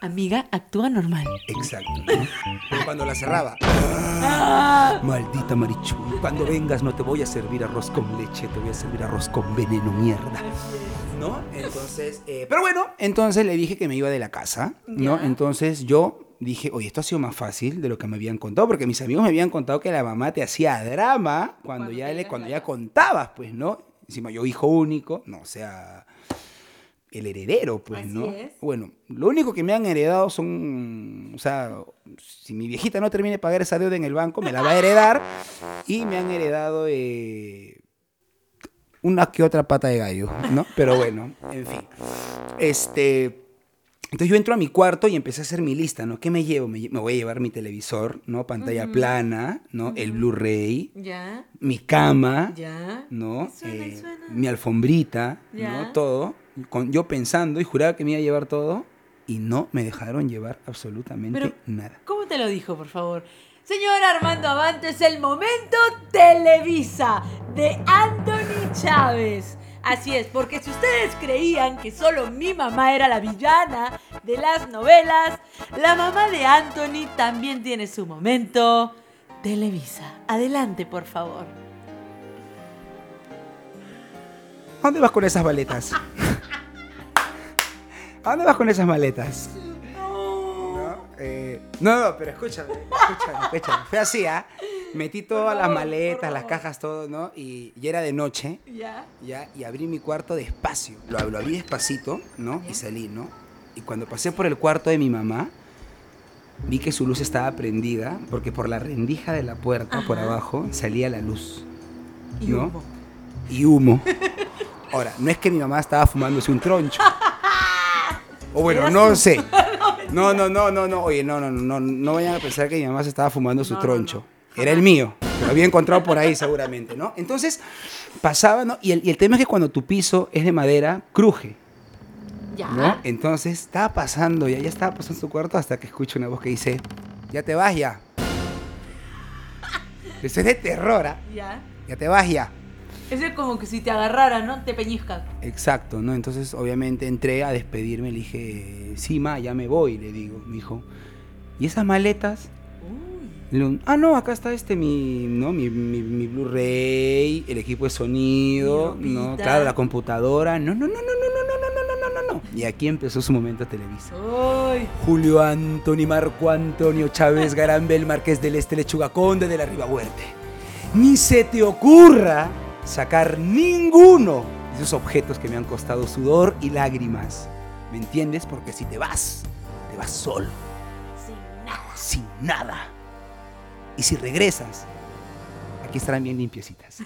[SPEAKER 2] Amiga, actúa normal.
[SPEAKER 1] Exacto. ¿no? Pero cuando la cerraba. Ah. Maldita Marichuy, cuando vengas no te voy a servir arroz con leche, te voy a servir arroz con veneno mierda. ¿No? Entonces, eh, pero bueno, entonces le dije que me iba de la casa, ¿no?
[SPEAKER 2] Ya.
[SPEAKER 1] Entonces yo dije, oye, esto ha sido más fácil de lo que me habían contado, porque mis amigos me habían contado que la mamá te hacía drama cuando,
[SPEAKER 2] Cuando
[SPEAKER 1] ya,
[SPEAKER 2] tenías
[SPEAKER 1] le, cuando
[SPEAKER 2] la-
[SPEAKER 1] ya contabas, pues, ¿no? Encima yo hijo único, no, o sea, el heredero, pues,
[SPEAKER 2] Así
[SPEAKER 1] ¿no?
[SPEAKER 2] es.
[SPEAKER 1] Bueno, lo único que me han heredado son, o sea, si mi viejita no termina de pagar esa deuda en el banco, me la va a heredar y me han heredado eh, una que otra pata de gallo, ¿no? Pero bueno, en fin. Este, entonces yo entro a mi cuarto y empecé a hacer mi lista, ¿no? ¿Qué me llevo? Me, lle- me voy a llevar mi televisor, ¿no? Pantalla plana, ¿no? El Blu-ray,
[SPEAKER 2] Ya,
[SPEAKER 1] mi cama,
[SPEAKER 2] ya.
[SPEAKER 1] ¿no?
[SPEAKER 2] Y suena, y
[SPEAKER 1] Eh,
[SPEAKER 2] suena.
[SPEAKER 1] Mi alfombrita,
[SPEAKER 2] Ya.
[SPEAKER 1] ¿no? Todo. Con, yo pensando y juraba que me iba a llevar todo y no me dejaron llevar absolutamente
[SPEAKER 2] Pero-
[SPEAKER 1] nada.
[SPEAKER 2] ¿Cómo te lo dijo, por favor? Señor Armando Abante, es el momento Televisa de Anthony Chávez. Así es, porque si ustedes creían que solo mi mamá era la villana de las novelas, la mamá de Anthony también tiene su momento Televisa. Adelante, por favor.
[SPEAKER 1] dónde vas con esas maletas? ¿A dónde vas con esas maletas? No, eh, no, no, pero escúchame, escúchame, escúchame. Fue así, ¿ah? Metí todas las
[SPEAKER 2] favor,
[SPEAKER 1] maletas,
[SPEAKER 2] por
[SPEAKER 1] las
[SPEAKER 2] favor.
[SPEAKER 1] cajas, todo, ¿no? Y, y era de noche,
[SPEAKER 2] Ya.
[SPEAKER 1] ya, y abrí mi cuarto despacio. Lo, lo abrí despacito, ¿no? Y salí, ¿no? Y cuando pasé por el cuarto de mi mamá, vi que su luz estaba prendida, porque por la rendija de la puerta, por
[SPEAKER 2] Ajá.
[SPEAKER 1] abajo, salía la luz
[SPEAKER 2] Y
[SPEAKER 1] ¿No?
[SPEAKER 2] humo.
[SPEAKER 1] y humo. Ahora, no es que mi mamá estaba fumándose un troncho. O bueno,
[SPEAKER 2] Era
[SPEAKER 1] no
[SPEAKER 2] su-
[SPEAKER 1] sé. No, no, no, no, no. Oye, no, no, no, no, no vayan a pensar que mi mamá se estaba fumando su
[SPEAKER 2] No, no,
[SPEAKER 1] troncho.
[SPEAKER 2] no.
[SPEAKER 1] Era el mío. Lo había encontrado por ahí seguramente, ¿no? Entonces, pasaba, ¿no? Y el, y el tema es que cuando tu piso es de madera, cruje,
[SPEAKER 2] Ya.
[SPEAKER 1] ¿no? Entonces, estaba pasando, ya, ya estaba pasando su cuarto hasta que escucho una voz que dice, ya te vas ya. Eso es de terror, ¿ah?
[SPEAKER 2] Ya.
[SPEAKER 1] Ya te vas ya.
[SPEAKER 2] Ese es como que si te agarrara, ¿no? Te peñizca.
[SPEAKER 1] Exacto, ¿no? Entonces, obviamente, entré a despedirme, le dije, sí, ma, ya me voy, le digo, me dijo, ¿y esas maletas?
[SPEAKER 2] Uy.
[SPEAKER 1] Le digo, ah, no, acá está este, mi, ¿no? Mi, mi- mi Blu-ray, el equipo de sonido,
[SPEAKER 2] Mi
[SPEAKER 1] ¿no?
[SPEAKER 2] ropita.
[SPEAKER 1] Claro, la computadora, no, no, no, no, no, no, no, no, no, no, no, no. Y aquí empezó su momento Televisa.
[SPEAKER 2] Uy.
[SPEAKER 1] Julio Anthony, Marco Antonio Chávez Garambel, Marqués del Este, Lechuga Conde de la Riva Huerte. Ni se te ocurra sacar ninguno de esos objetos que me han costado sudor y lágrimas. ¿Me entiendes? Porque si te vas, te vas solo,
[SPEAKER 2] Sin nada.
[SPEAKER 1] sin nada. Y si regresas, aquí estarán bien limpiecitas,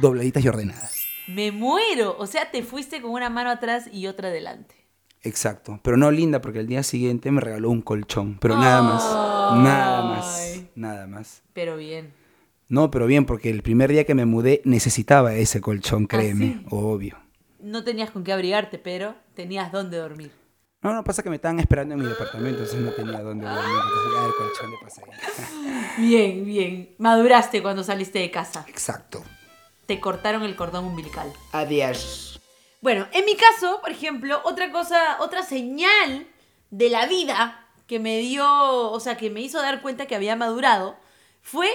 [SPEAKER 1] dobladitas y ordenadas.
[SPEAKER 2] Me muero. O sea, te fuiste con una mano atrás y otra adelante.
[SPEAKER 1] Exacto, pero no linda porque el día siguiente me regaló un colchón, pero nada más, nada más,
[SPEAKER 2] Ay.
[SPEAKER 1] nada más.
[SPEAKER 2] Pero bien.
[SPEAKER 1] No, pero bien, porque el primer día que me mudé necesitaba ese colchón, créeme,
[SPEAKER 2] Ah, sí?
[SPEAKER 1] obvio.
[SPEAKER 2] No tenías con qué abrigarte, pero tenías dónde dormir.
[SPEAKER 1] No, no, pasa que me estaban esperando en mi departamento, entonces no tenía dónde dormir, entonces ya el colchón de pasadía.
[SPEAKER 2] Bien, bien. Maduraste cuando saliste de casa.
[SPEAKER 1] Exacto.
[SPEAKER 2] Te cortaron el cordón umbilical.
[SPEAKER 1] Adiós.
[SPEAKER 2] Bueno, en mi caso, por ejemplo, otra cosa, otra señal de la vida que me dio, o sea, que me hizo dar cuenta que había madurado, fue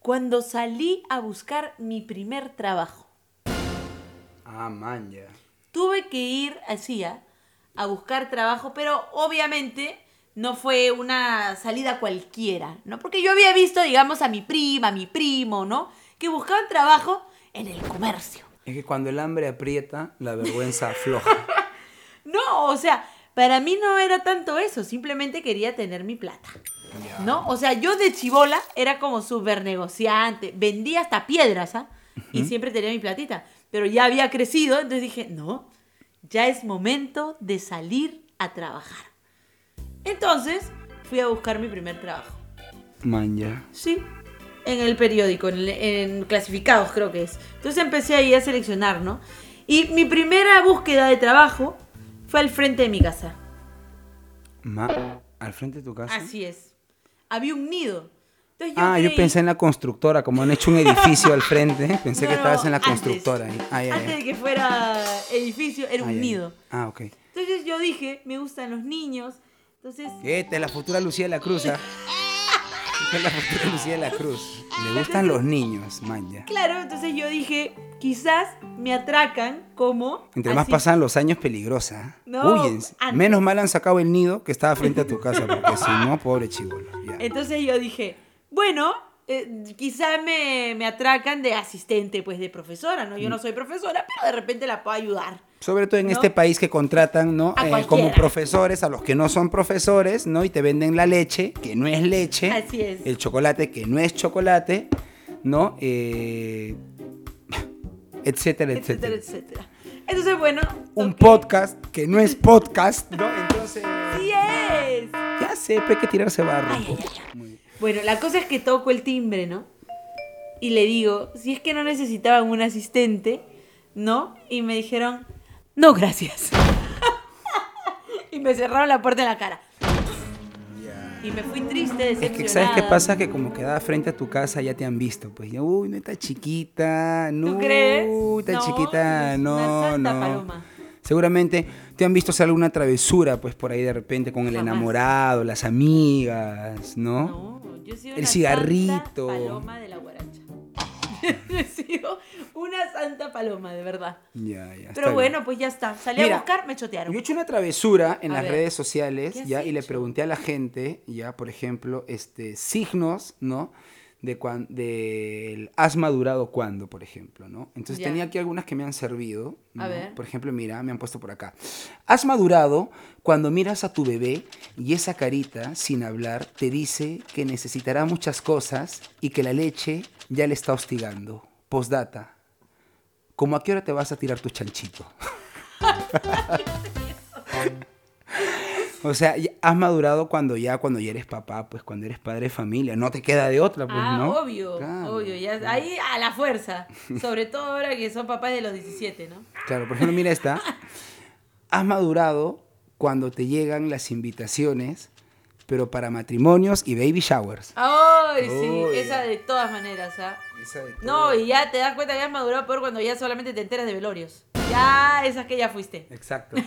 [SPEAKER 2] cuando salí a buscar mi primer trabajo.
[SPEAKER 1] Ah, man, ya.
[SPEAKER 2] Tuve que ir así ¿ah? a buscar trabajo, pero obviamente no fue una salida cualquiera, ¿no? Porque yo había visto, digamos, a mi prima, a mi primo, ¿no? Que buscaban trabajo en el comercio.
[SPEAKER 1] Es que cuando el hambre aprieta, la vergüenza afloja.
[SPEAKER 2] No, o sea, para mí no era tanto eso, simplemente quería tener mi plata. ¿No? O sea, yo de chivola era como súper negociante, vendía hasta piedras, ¿ah? Y siempre tenía mi platita. Pero ya había crecido, entonces dije, no, ya es momento de salir a trabajar. Entonces fui a buscar mi primer trabajo.
[SPEAKER 1] Man, ya.
[SPEAKER 2] Sí, en el periódico, en, el- en clasificados creo que es. Entonces empecé ahí a seleccionar, ¿no? Y mi primera búsqueda de trabajo fue al frente de mi casa.
[SPEAKER 1] Ma, al frente de tu casa.
[SPEAKER 2] Así es. Había un nido. Entonces yo
[SPEAKER 1] ah, yo
[SPEAKER 2] creí-
[SPEAKER 1] pensé en la constructora, como han hecho un edificio al frente, pensé que
[SPEAKER 2] No, no,
[SPEAKER 1] estabas en la
[SPEAKER 2] antes.
[SPEAKER 1] constructora. ahí. Ah, ya, ya.
[SPEAKER 2] Antes de que fuera edificio, era un
[SPEAKER 1] Ah, ya, ya.
[SPEAKER 2] nido.
[SPEAKER 1] Ah, ok.
[SPEAKER 2] Entonces yo dije, me gustan los niños. Entonces,
[SPEAKER 1] Esta es la futura Lucía de la Cruz, ¿ah? Esta es la futura Lucía de la Cruz. Le gustan los niños, man, ya.
[SPEAKER 2] claro, entonces yo dije, quizás me atracan como...
[SPEAKER 1] Entre más
[SPEAKER 2] así.
[SPEAKER 1] pasan los años, peligrosa. ¿ah?
[SPEAKER 2] Ah, No,
[SPEAKER 1] Huyen.
[SPEAKER 2] antes.
[SPEAKER 1] Menos mal han sacado el nido que estaba frente a tu casa, porque si no, pobre chivolo. ya.
[SPEAKER 2] Entonces yo dije, bueno, eh, quizá me, me atracan de asistente, pues de profesora, ¿no? Yo
[SPEAKER 1] Mm.
[SPEAKER 2] no soy profesora, pero de repente la puedo ayudar.
[SPEAKER 1] Sobre todo en
[SPEAKER 2] ¿No?
[SPEAKER 1] este país que contratan, ¿no? Eh,
[SPEAKER 2] A
[SPEAKER 1] como
[SPEAKER 2] cualquiera.
[SPEAKER 1] profesores a los que no son profesores, ¿no? Y te venden la leche, que no es leche.
[SPEAKER 2] Así es.
[SPEAKER 1] El chocolate, que no es chocolate, ¿no? Eh, etcétera, etcétera.
[SPEAKER 2] Etcétera, etcétera. Entonces, bueno.
[SPEAKER 1] Un
[SPEAKER 2] ok. Ah.
[SPEAKER 1] podcast que no es podcast, ¿no? Entonces,
[SPEAKER 2] Sí es.
[SPEAKER 1] ya sé, pero hay que tirarse barro.
[SPEAKER 2] Ay, ay, ay, ay. Bueno, la cosa es que toco el timbre, ¿no? Y le digo, si es que no necesitaban un asistente, ¿no? Y me dijeron, no, gracias. y me cerraron la puerta en la cara. Y me fui triste,
[SPEAKER 1] Es
[SPEAKER 2] decepcionada.
[SPEAKER 1] que, ¿sabes qué pasa? Que como queda frente a tu casa ya te han visto. Pues ya, uy, no está chiquita, no.
[SPEAKER 2] ¿Tú crees?
[SPEAKER 1] Uy, está
[SPEAKER 2] No,
[SPEAKER 1] chiquita,
[SPEAKER 2] es
[SPEAKER 1] no,
[SPEAKER 2] una santa
[SPEAKER 1] no.
[SPEAKER 2] paloma.
[SPEAKER 1] Seguramente te han visto hacer alguna travesura, pues por ahí de repente con el
[SPEAKER 2] Jamás.
[SPEAKER 1] enamorado, las amigas, ¿no?
[SPEAKER 2] No, yo soy
[SPEAKER 1] El
[SPEAKER 2] una
[SPEAKER 1] cigarrito.
[SPEAKER 2] santa paloma de la guaracha. He sido una santa paloma, de verdad.
[SPEAKER 1] Ya, ya. está
[SPEAKER 2] Pero
[SPEAKER 1] bien.
[SPEAKER 2] bueno, pues ya está. Salí
[SPEAKER 1] Mira,
[SPEAKER 2] a buscar, me
[SPEAKER 1] Yo
[SPEAKER 2] chotearon.
[SPEAKER 1] he hecho una travesura en
[SPEAKER 2] A
[SPEAKER 1] las
[SPEAKER 2] ver,
[SPEAKER 1] redes
[SPEAKER 2] ¿qué
[SPEAKER 1] sociales,
[SPEAKER 2] has
[SPEAKER 1] ya, y le
[SPEAKER 2] hecho?
[SPEAKER 1] pregunté a la gente, ya, por ejemplo, este, signos, ¿no? De cuan, del has madurado cuándo, por ejemplo, ¿no? Entonces
[SPEAKER 2] Ya.
[SPEAKER 1] tenía aquí algunas que me han servido.
[SPEAKER 2] A
[SPEAKER 1] ¿no?
[SPEAKER 2] ver.
[SPEAKER 1] Por ejemplo, mira, me han puesto por acá. Has madurado cuando miras a tu bebé y esa carita, sin hablar, te dice que necesitará muchas cosas y que la leche ya le está hostigando. Postdata. ¿Cómo a qué hora te vas a tirar tu chanchito? O sea, ya has madurado cuando ya, cuando ya eres papá, pues cuando eres padre de familia, no te queda de otra, pues,
[SPEAKER 2] ah,
[SPEAKER 1] ¿no?
[SPEAKER 2] obvio,
[SPEAKER 1] Claro,
[SPEAKER 2] obvio. Ya,
[SPEAKER 1] claro.
[SPEAKER 2] Ahí a la fuerza. Sobre todo ahora que son papás de los 17, ¿no?
[SPEAKER 1] Claro, por ejemplo, mira esta. Has madurado cuando te llegan las invitaciones, pero para matrimonios y baby showers.
[SPEAKER 2] Ay, sí,
[SPEAKER 1] Uy.
[SPEAKER 2] esa de todas maneras, ¿ah? No, y ya te das cuenta que has madurado peor cuando ya solamente te enteras de velorios. Ya, esas que ya fuiste.
[SPEAKER 1] Exacto.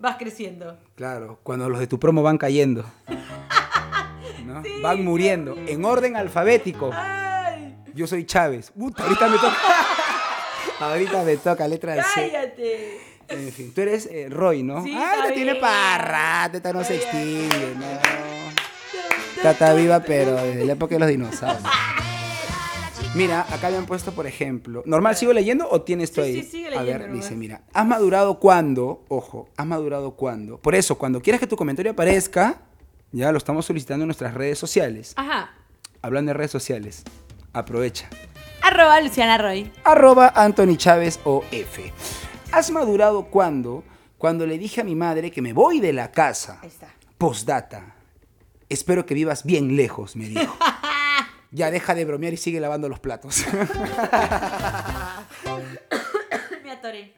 [SPEAKER 2] Vas creciendo.
[SPEAKER 1] Claro, cuando los de tu promo van cayendo. ¿no? van muriendo en orden alfabético.
[SPEAKER 2] ¡Ay!
[SPEAKER 1] Yo soy Chávez. Puta, ahorita me toca. ahorita me toca letra de C.
[SPEAKER 2] ¡Cállate!
[SPEAKER 1] En fin, tú eres eh, Roy, ¿no?
[SPEAKER 2] Sí,
[SPEAKER 1] Ay,
[SPEAKER 2] está
[SPEAKER 1] la tiene
[SPEAKER 2] bien.
[SPEAKER 1] para rato, esta no se
[SPEAKER 2] Está bien.
[SPEAKER 1] extingue, no. Está, está viva, pero desde la época de los dinosaurios. Mira, acá me han puesto, por ejemplo. ¿Normal sigo leyendo o tienes tú
[SPEAKER 2] Sí,
[SPEAKER 1] ahí?
[SPEAKER 2] sí, sigue
[SPEAKER 1] A
[SPEAKER 2] leyendo,
[SPEAKER 1] ver,
[SPEAKER 2] nomás.
[SPEAKER 1] dice, mira, ¿has madurado cuando? Ojo, ¿has madurado cuando? Por eso, cuando quieras que tu comentario aparezca, ya lo estamos solicitando en nuestras redes sociales.
[SPEAKER 2] Ajá.
[SPEAKER 1] Hablando de redes sociales, aprovecha.
[SPEAKER 2] Arroba Luciana Roy.
[SPEAKER 1] Arroba Anthony Chávez o F. ¿Has madurado cuando? Cuando le dije a mi madre que me voy de la casa.
[SPEAKER 2] Ahí está.
[SPEAKER 1] Postdata. Espero que vivas bien lejos, me dijo. Ya deja de bromear y sigue lavando los platos.
[SPEAKER 2] Me atoré.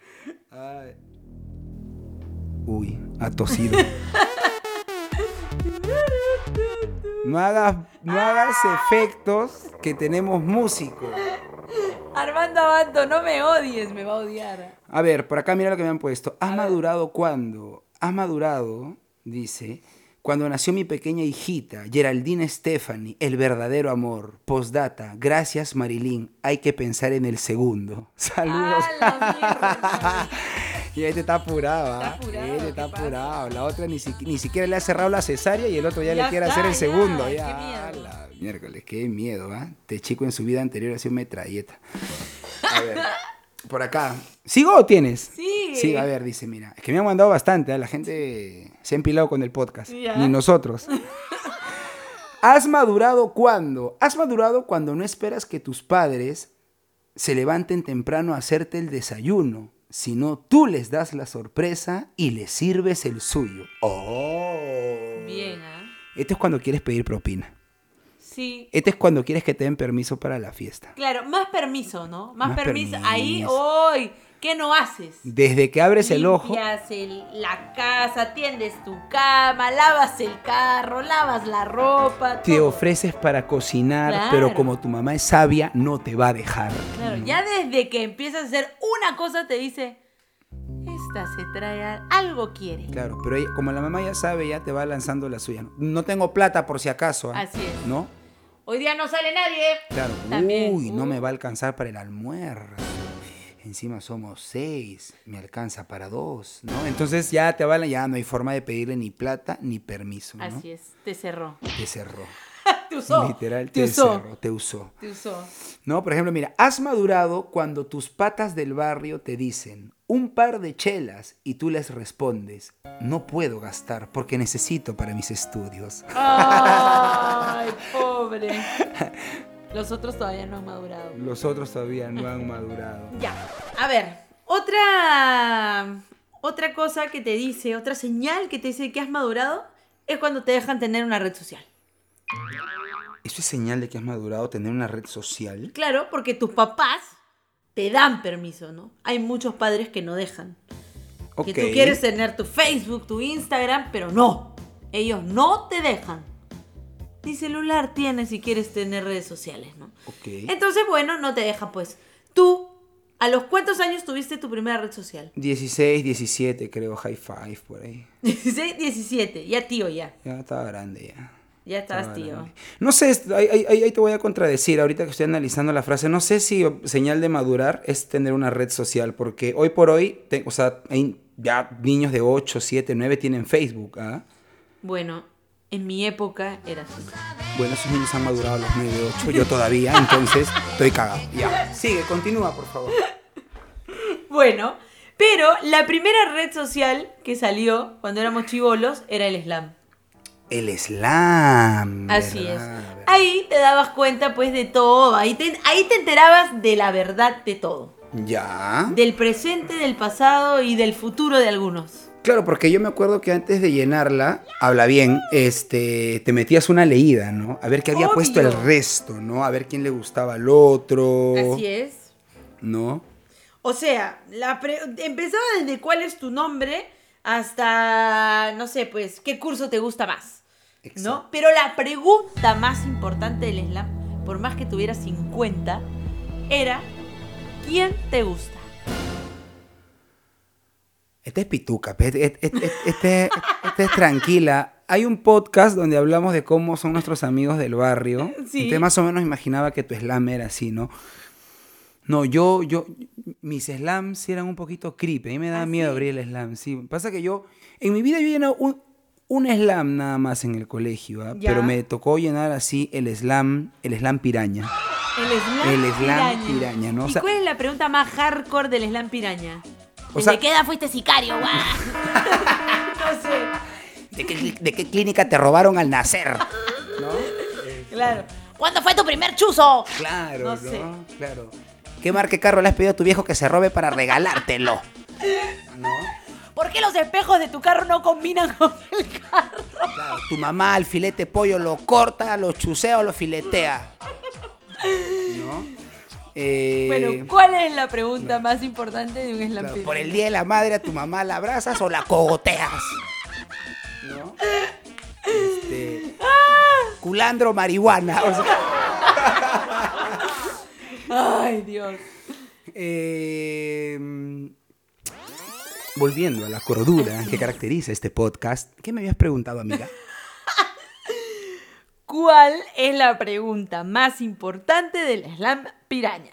[SPEAKER 1] Uy, ha tosido. No hagas, no hagas efectos que tenemos músicos.
[SPEAKER 2] Armando Abanto, no me odies, me va a odiar.
[SPEAKER 1] A ver, por acá mira lo que me han puesto. ¿Has madurado cuándo? ¿Has madurado? Dice. Cuando nació mi pequeña hijita, Geraldine Stephanie, el verdadero amor. Postdata, gracias Marilyn, hay que pensar en el segundo. Saludos.
[SPEAKER 2] ¡Ah,
[SPEAKER 1] y este está apurado, ¿ah?
[SPEAKER 2] Está apurado,
[SPEAKER 1] Este está
[SPEAKER 2] ¿qué pasa?
[SPEAKER 1] apurado. La otra ni, siqui- ni siquiera le ha cerrado la cesárea y el otro ya,
[SPEAKER 2] Ya
[SPEAKER 1] le quiere
[SPEAKER 2] está,
[SPEAKER 1] hacer el
[SPEAKER 2] ya,
[SPEAKER 1] segundo.
[SPEAKER 2] qué
[SPEAKER 1] Ya,
[SPEAKER 2] miedo.
[SPEAKER 1] la miércoles, qué miedo, ¿ah? Este chico en su vida anterior ha sido metralleta. A ver, por acá. ¿Sigo o tienes?
[SPEAKER 2] Sigue.
[SPEAKER 1] Sí, a ver, dice, mira. Es que me han mandado bastante, ¿ah? la gente se ha empilado con el podcast.
[SPEAKER 2] Ya.
[SPEAKER 1] Ni nosotros. ¿Has madurado cuándo? ¿Has madurado cuando no esperas que tus padres se levanten temprano a hacerte el desayuno, sino tú les das la sorpresa y les sirves el suyo? ¡Oh!
[SPEAKER 2] Bien, ¿ah?
[SPEAKER 1] Este es cuando quieres pedir propina.
[SPEAKER 2] Sí.
[SPEAKER 1] Este es cuando quieres que te den permiso para la fiesta.
[SPEAKER 2] Claro, más permiso, ¿no? Más,
[SPEAKER 1] Más
[SPEAKER 2] permiso.
[SPEAKER 1] permiso.
[SPEAKER 2] Ahí, hoy. ¿Qué no haces?
[SPEAKER 1] Desde que abres el ojo,
[SPEAKER 2] Limpias el- la casa, atiendes tu cama, lavas el carro, lavas la ropa.
[SPEAKER 1] te
[SPEAKER 2] todo.
[SPEAKER 1] ofreces para cocinar,
[SPEAKER 2] Claro.
[SPEAKER 1] pero como tu mamá es sabia, no te va a dejar. Mm.
[SPEAKER 2] Claro, ya desde que empiezas a hacer una cosa te dice, esta se trae a- algo quiere.
[SPEAKER 1] Claro, pero ella- como la mamá ya sabe, ya te va lanzando la suya. No, No tengo plata por si acaso. ¿ah?
[SPEAKER 2] Así es.
[SPEAKER 1] ¿No?
[SPEAKER 2] Hoy día no sale nadie.
[SPEAKER 1] Claro.
[SPEAKER 2] También,
[SPEAKER 1] Uy, no
[SPEAKER 2] uy.
[SPEAKER 1] me va a alcanzar para el almuerzo. Encima somos seis, me alcanza para dos, ¿no? Entonces ya te van, ya no hay forma de pedirle ni plata ni permiso, ¿no?
[SPEAKER 2] Así es, te cerró.
[SPEAKER 1] Te cerró.
[SPEAKER 2] Te usó.
[SPEAKER 1] Literal, te,
[SPEAKER 2] te usó.
[SPEAKER 1] cerró, te usó.
[SPEAKER 2] Te usó.
[SPEAKER 1] No, por ejemplo, mira, has madurado cuando tus patas del barrio te dicen un par de chelas y tú les respondes, no puedo gastar porque necesito para mis estudios.
[SPEAKER 2] Ay, pobre. Los otros todavía no han madurado.
[SPEAKER 1] Los otros todavía no han madurado.
[SPEAKER 2] Ya. A ver, otra otra cosa que te dice, otra señal que te dice que has madurado es cuando te dejan tener una red social.
[SPEAKER 1] ¿Eso es señal de que has madurado tener una red social?
[SPEAKER 2] Claro, porque tus papás te dan permiso, ¿no? Hay muchos padres que no dejan.
[SPEAKER 1] Ok.
[SPEAKER 2] Que tú quieres tener tu Facebook, tu Instagram, pero no. Ellos no te dejan. Ni celular tienes si quieres tener redes sociales, ¿no?
[SPEAKER 1] Ok.
[SPEAKER 2] Entonces, bueno, no te dejan, pues. Tú, ¿a los cuántos años tuviste tu primera red social?
[SPEAKER 1] 16, 17 creo, high five por ahí.
[SPEAKER 2] 16, 17, ya tío, ya.
[SPEAKER 1] Ya estaba grande ya.
[SPEAKER 2] Ya estabas
[SPEAKER 1] Toda la
[SPEAKER 2] tío.
[SPEAKER 1] vida. No sé, es- ahí, ahí- ahí- ahí te voy a contradecir, ahorita que estoy analizando la frase, no sé si señal de madurar es tener una red social, porque hoy por hoy, te- o sea, hay ya niños de 8, 7, 9 tienen Facebook, ¿ah?
[SPEAKER 2] Bueno, en mi época era así.
[SPEAKER 1] Bueno, esos niños han madurado a los 9, 8, yo todavía, entonces estoy cagado. Ya, sigue, continúa, por favor.
[SPEAKER 2] Bueno, pero la primera red social que salió cuando éramos chivolos era el slam.
[SPEAKER 1] El slam.
[SPEAKER 2] Así
[SPEAKER 1] ¿verdad?
[SPEAKER 2] es. Ahí te dabas cuenta pues de todo, ahí te, ahí te enterabas de la verdad de todo.
[SPEAKER 1] Ya.
[SPEAKER 2] Del presente, del pasado y del futuro de algunos.
[SPEAKER 1] Claro, porque yo me acuerdo que antes de llenarla, habla bien, este, te metías una leída, ¿no? A ver qué había
[SPEAKER 2] Obvio.
[SPEAKER 1] puesto el resto, ¿no? A ver quién le gustaba al otro.
[SPEAKER 2] Así es.
[SPEAKER 1] ¿No?
[SPEAKER 2] O sea, la pre- empezaba desde cuál es tu nombre hasta, no sé, pues, qué curso te gusta más.
[SPEAKER 1] Exacto.
[SPEAKER 2] ¿No? Pero la pregunta más importante del slam, por más que tuviera 50, era, ¿quién te gusta?
[SPEAKER 1] Este es pituca, pe, este, este- este- este- este es tranquila. Hay un podcast donde hablamos de cómo son nuestros amigos del barrio.
[SPEAKER 2] Sí.
[SPEAKER 1] Entonces más o menos imaginaba que tu slam era así, ¿no? No, yo, yo, mis slams sí eran un poquito creepy. A mí me daba
[SPEAKER 2] ¿Ah,
[SPEAKER 1] miedo
[SPEAKER 2] sí?
[SPEAKER 1] abrir el slam, sí. Pasa que yo, en mi vida yo he llenado un, un slam nada más en el colegio, ¿ah?
[SPEAKER 2] Ya.
[SPEAKER 1] pero me tocó llenar así el slam, el slam piraña.
[SPEAKER 2] El slam,
[SPEAKER 1] El slam piraña, ¿no? O
[SPEAKER 2] ¿Y
[SPEAKER 1] sea-
[SPEAKER 2] cuál es la pregunta más hardcore del slam piraña?
[SPEAKER 1] O sea-
[SPEAKER 2] ¿De qué edad fuiste sicario, guau? no sé,
[SPEAKER 1] ¿De qué, de qué clínica te robaron al nacer? ¿No?
[SPEAKER 2] claro. ¿Cuándo fue tu primer chuzo?
[SPEAKER 1] Claro, no,
[SPEAKER 2] No sé.
[SPEAKER 1] Claro. ¿Qué marca de carro le has pedido a tu viejo que se robe para regalártelo? ¿No?
[SPEAKER 2] ¿Por qué los espejos de tu carro no combinan con el carro?
[SPEAKER 1] Claro, Tu mamá al filete pollo lo corta, lo chusea o lo filetea. ¿No? Eh,
[SPEAKER 2] Bueno, ¿cuál es la pregunta más importante de un slam
[SPEAKER 1] claro,
[SPEAKER 2] piraña?
[SPEAKER 1] por el día de la madre a tu mamá la abrazas o la cogoteas. ¿No? Este,
[SPEAKER 2] Ah.
[SPEAKER 1] culandro marihuana. o sea,
[SPEAKER 2] Ay, Dios.
[SPEAKER 1] Eh, volviendo a la cordura que caracteriza este podcast, ¿qué me habías preguntado, amiga?
[SPEAKER 2] ¿Cuál es la pregunta más importante del slam piraña?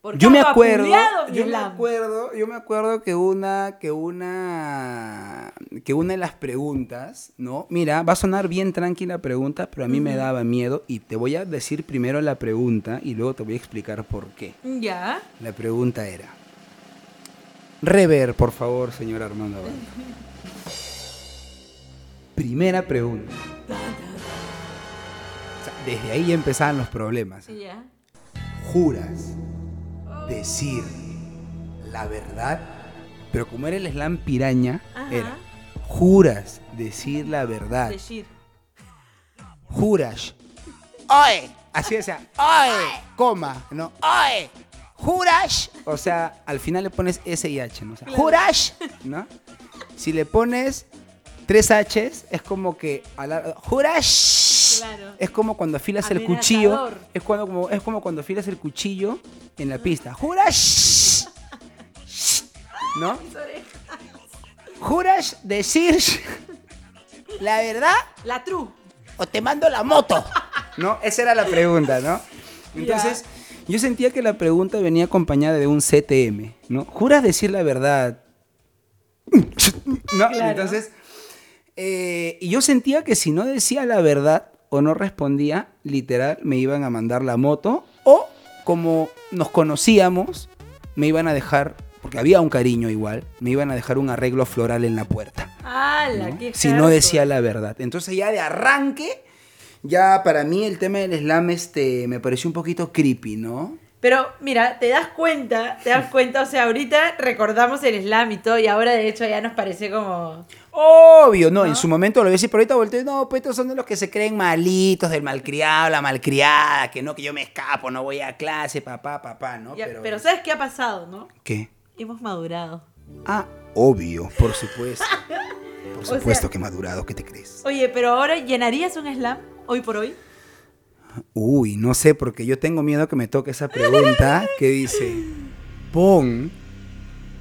[SPEAKER 2] Porque
[SPEAKER 1] Yo me
[SPEAKER 2] algo
[SPEAKER 1] acuerdo,
[SPEAKER 2] apuleado, mi
[SPEAKER 1] yo me
[SPEAKER 2] slam.
[SPEAKER 1] acuerdo, yo me acuerdo que una, que una, que una de las preguntas, ¿no? Mira, va a sonar bien tranquila la pregunta, pero a mí me daba miedo y te voy a decir primero la pregunta y luego te voy a explicar por qué.
[SPEAKER 2] Ya.
[SPEAKER 1] La pregunta era. Rever, por favor, señor Armando Abando. Primera pregunta. O sea, desde ahí ya empezaban los problemas.
[SPEAKER 2] Ya.
[SPEAKER 1] ¿Juras decir la verdad? Pero como era el slam piraña,
[SPEAKER 2] Ajá.
[SPEAKER 1] era. ¿Juras decir la verdad?
[SPEAKER 2] Decir.
[SPEAKER 1] ¿Juras? ¡Oye! Así o sea, ¡oye! Coma, ¿no? ¡Oye! ¿Juras? O sea, al final le pones S y H, ¿no? O sea,
[SPEAKER 2] Claro.
[SPEAKER 1] ¿Juras? ¿No? Si le pones tres H's, es como que... ala- ¿Juras?
[SPEAKER 2] Claro.
[SPEAKER 1] Es como cuando afilas el cuchillo.
[SPEAKER 2] Amenazador.
[SPEAKER 1] Es, cuando, como, es como cuando afilas el cuchillo en la pista. ¿Juras? ¿No? ¿Juras decir la verdad?
[SPEAKER 2] La tru.
[SPEAKER 1] o te mando la moto. ¿No? Esa era la pregunta, ¿no? Entonces, yo sentía que la pregunta venía acompañada de un CTM, ¿no? ¿Juras decir la verdad? ¿No?
[SPEAKER 2] Claro.
[SPEAKER 1] Entonces, eh, y yo sentía que si no decía la verdad o no respondía, literal, me iban a mandar la moto o como nos conocíamos, me iban a dejar, porque había un cariño igual, me iban a dejar un arreglo floral en la puerta.
[SPEAKER 2] ¡Hala!
[SPEAKER 1] ¿no?
[SPEAKER 2] qué
[SPEAKER 1] si no
[SPEAKER 2] hardcore.
[SPEAKER 1] decía la verdad. Entonces ya de arranque, ya para mí el tema del slam este, me pareció un poquito creepy, ¿no?
[SPEAKER 2] Pero mira, te das cuenta, te das cuenta, o sea, ahorita recordamos el slam y todo, y ahora de hecho ya nos parece como.
[SPEAKER 1] Obvio, no, en su momento lo decía, pero ahorita volteo, y, no, pues estos son de los que se creen malitos, del malcriado, la malcriada, que no, que yo me escapo, no voy a clase, papá, papá, ¿no?
[SPEAKER 2] Ya, pero... ¿sabes qué ha pasado, no?
[SPEAKER 1] ¿Qué?
[SPEAKER 2] Hemos madurado.
[SPEAKER 1] Ah, obvio, por supuesto. Por
[SPEAKER 2] sea-
[SPEAKER 1] supuesto que madurado, ¿qué te crees?
[SPEAKER 2] Oye, pero ahora llenarías un slam hoy por hoy.
[SPEAKER 1] Uy, no sé, porque yo tengo miedo que me toque esa pregunta que dice, pon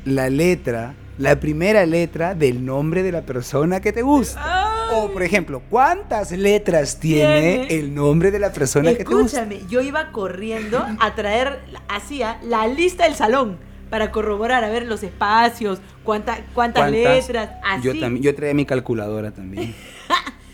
[SPEAKER 1] la letra, la primera letra del nombre de la persona que te gusta. O, por ejemplo, ¿cuántas letras tiene,
[SPEAKER 2] Tiene.
[SPEAKER 1] el nombre de la persona que te gusta?
[SPEAKER 2] Escúchame, yo iba corriendo a traer, hacía la lista del salón para corroborar, a ver los espacios, cuánta- cuántas, letras, así.
[SPEAKER 1] Yo, también, yo traía mi calculadora también.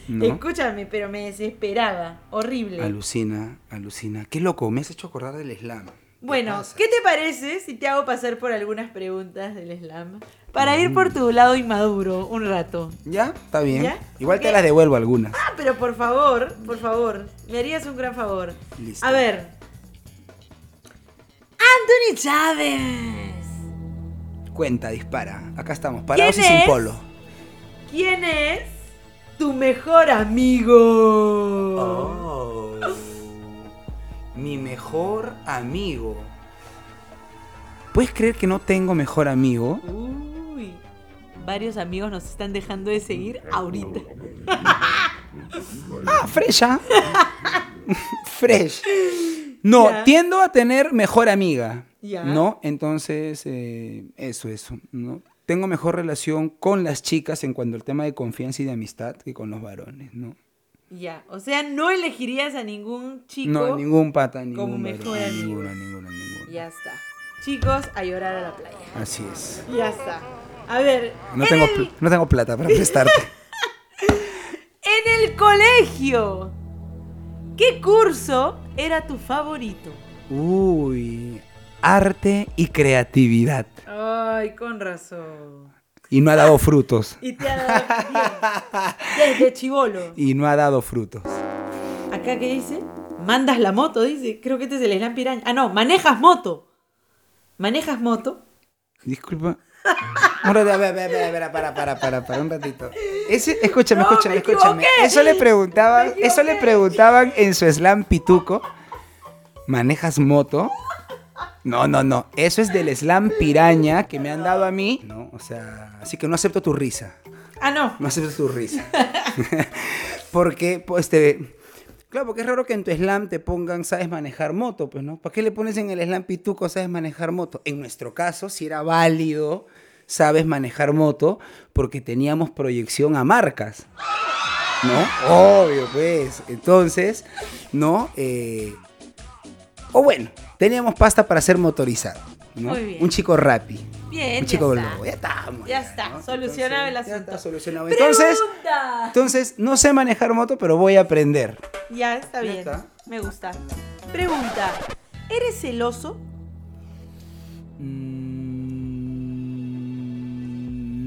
[SPEAKER 1] ¿No?
[SPEAKER 2] Escúchame, pero me desesperaba, horrible.
[SPEAKER 1] Alucina, alucina. Qué loco, me has hecho acordar del slam. ¿Qué
[SPEAKER 2] Bueno,
[SPEAKER 1] pasa?
[SPEAKER 2] ¿qué te parece si te hago pasar por algunas preguntas del slam? Para ir
[SPEAKER 1] Mm.
[SPEAKER 2] por tu lado inmaduro un rato.
[SPEAKER 1] ¿Ya? Está bien.
[SPEAKER 2] ¿Ya?
[SPEAKER 1] Igual
[SPEAKER 2] Ok.
[SPEAKER 1] te las devuelvo algunas.
[SPEAKER 2] Ah, pero por favor, por favor, me harías un gran favor.
[SPEAKER 1] Listo.
[SPEAKER 2] A ver. Anthony Chávez.
[SPEAKER 1] Cuenta, dispara. Acá estamos, parados y
[SPEAKER 2] ¿Quién
[SPEAKER 1] sin
[SPEAKER 2] es?
[SPEAKER 1] polo.
[SPEAKER 2] ¿Quién es tu mejor amigo?
[SPEAKER 1] Oh. Mi mejor amigo. ¿Puedes creer que no tengo mejor amigo?
[SPEAKER 2] Uy, varios amigos nos están dejando de seguir
[SPEAKER 1] Mm,
[SPEAKER 2] ahorita.
[SPEAKER 1] Ah, fresha. Fresh. No,
[SPEAKER 2] Ya.
[SPEAKER 1] tiendo a tener mejor amiga.
[SPEAKER 2] Ya.
[SPEAKER 1] ¿No? Entonces, eh, eso, eso. ¿no? Tengo mejor relación con las chicas en cuanto al tema de confianza y de amistad que con los varones, ¿no?
[SPEAKER 2] Ya, o sea, no elegirías a ningún chico.
[SPEAKER 1] No, ningún pata, ningún
[SPEAKER 2] como
[SPEAKER 1] varón,
[SPEAKER 2] mejor amigo.
[SPEAKER 1] ninguno, ninguno, ninguno.
[SPEAKER 2] Ya está. Chicos, a llorar a la playa.
[SPEAKER 1] Así es.
[SPEAKER 2] Ya está. A ver,
[SPEAKER 1] No
[SPEAKER 2] en,
[SPEAKER 1] tengo,
[SPEAKER 2] el,
[SPEAKER 1] pl- no tengo plata para prestarte.
[SPEAKER 2] en el colegio, ¿qué curso era tu favorito?
[SPEAKER 1] Uy, arte y creatividad.
[SPEAKER 2] Ay, con razón.
[SPEAKER 1] Y no ha dado frutos.
[SPEAKER 2] Y te ha dado bien. Desde chivolo.
[SPEAKER 1] Y no ha dado frutos.
[SPEAKER 2] Acá que dice, mandas la moto, dice. Creo que este es el slam piraña. Ah, no, manejas moto. Manejas moto.
[SPEAKER 1] Disculpa. Un ratito, a ver, a ver, a ver, a ver, para, para, para, para, un ratito. Ese, escúchame,
[SPEAKER 2] No,
[SPEAKER 1] escúchame,
[SPEAKER 2] me
[SPEAKER 1] escúchame.
[SPEAKER 2] equivoqué.
[SPEAKER 1] Eso le preguntaban,
[SPEAKER 2] Me
[SPEAKER 1] eso le
[SPEAKER 2] equivoqué.
[SPEAKER 1] preguntaban en su slam pituco. ¿Manejas moto? No, no, no. Eso es del slam piraña que me han dado a mí. No, o sea, así que no acepto tu risa.
[SPEAKER 2] Ah, no.
[SPEAKER 1] No acepto tu risa. porque, pues, te... Claro, porque es raro que en tu slam te pongan, sabes manejar moto, pues, ¿no? ¿Para qué le pones en el slam pituco, sabes manejar moto? En nuestro caso, si era válido, sabes manejar moto, porque teníamos proyección a marcas. ¿No? Obvio, pues. Entonces, ¿no? Eh, O bueno, teníamos pasta para ser motorizado, ¿no?
[SPEAKER 2] Muy bien.
[SPEAKER 1] Un chico rapi.
[SPEAKER 2] Bien,
[SPEAKER 1] Un
[SPEAKER 2] ya
[SPEAKER 1] chico
[SPEAKER 2] está.
[SPEAKER 1] lobo. Ya estamos.
[SPEAKER 2] Ya está, solucionado
[SPEAKER 1] solucionado
[SPEAKER 2] el asunto.
[SPEAKER 1] Ya está solucionado. Entonces,
[SPEAKER 2] Pregunta.
[SPEAKER 1] entonces, no sé manejar moto, pero voy a aprender.
[SPEAKER 2] Ya está
[SPEAKER 1] Ya
[SPEAKER 2] bien.
[SPEAKER 1] está.
[SPEAKER 2] Me gusta. Pregunta. ¿Eres celoso?
[SPEAKER 1] Mm,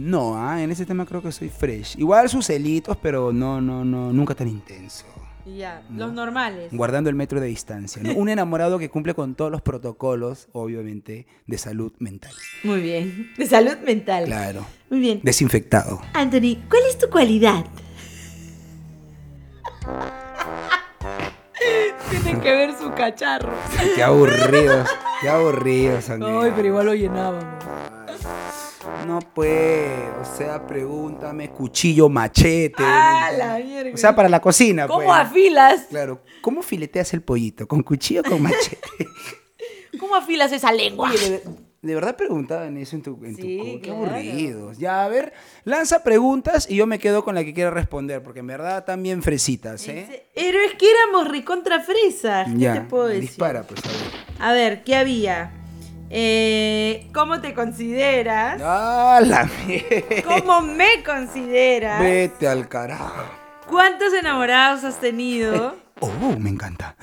[SPEAKER 1] No, ah, en ese tema creo que soy fresh. Igual sus helitos, pero no, no, no, nunca tan intenso.
[SPEAKER 2] Ya,
[SPEAKER 1] No.
[SPEAKER 2] los normales.
[SPEAKER 1] Guardando el metro de distancia. ¿no? Un enamorado que cumple con todos los protocolos, obviamente, de salud mental.
[SPEAKER 2] Muy bien. De salud mental.
[SPEAKER 1] Claro.
[SPEAKER 2] Muy bien.
[SPEAKER 1] Desinfectado.
[SPEAKER 2] Anthony, ¿cuál es tu cualidad? Tienen que ver su cacharro.
[SPEAKER 1] Qué aburridos. Qué aburridos, amigos.
[SPEAKER 2] Ay, pero igual lo llenábamos.
[SPEAKER 1] No pues, o sea, pregúntame, cuchillo, machete.
[SPEAKER 2] ¡Ah, la mierda!
[SPEAKER 1] o sea, para la cocina,
[SPEAKER 2] ¿Cómo
[SPEAKER 1] pues.
[SPEAKER 2] afilas?
[SPEAKER 1] Claro, ¿cómo fileteas el pollito? ¿Con cuchillo o con machete?
[SPEAKER 2] ¿Cómo afilas esa lengua?
[SPEAKER 1] Oye, de, de verdad preguntaban eso en tu, en tu
[SPEAKER 2] Sí,
[SPEAKER 1] cu- Qué
[SPEAKER 2] claro.
[SPEAKER 1] aburridos. Ya, a ver, lanza preguntas y yo me quedo con la que quiera responder, porque en verdad también fresitas, ¿eh?
[SPEAKER 2] Dice, Pero es que éramos recontra fresas. ¿Qué
[SPEAKER 1] ya,
[SPEAKER 2] te puedo decir?
[SPEAKER 1] dispara, pues, a ver.
[SPEAKER 2] A ver, ¿qué había? Eh, ¿Cómo te consideras?
[SPEAKER 1] ¡Ah, la mierda!
[SPEAKER 2] ¿Cómo me consideras?
[SPEAKER 1] Vete al carajo.
[SPEAKER 2] ¿Cuántos enamorados has tenido?
[SPEAKER 1] Oh, me encanta.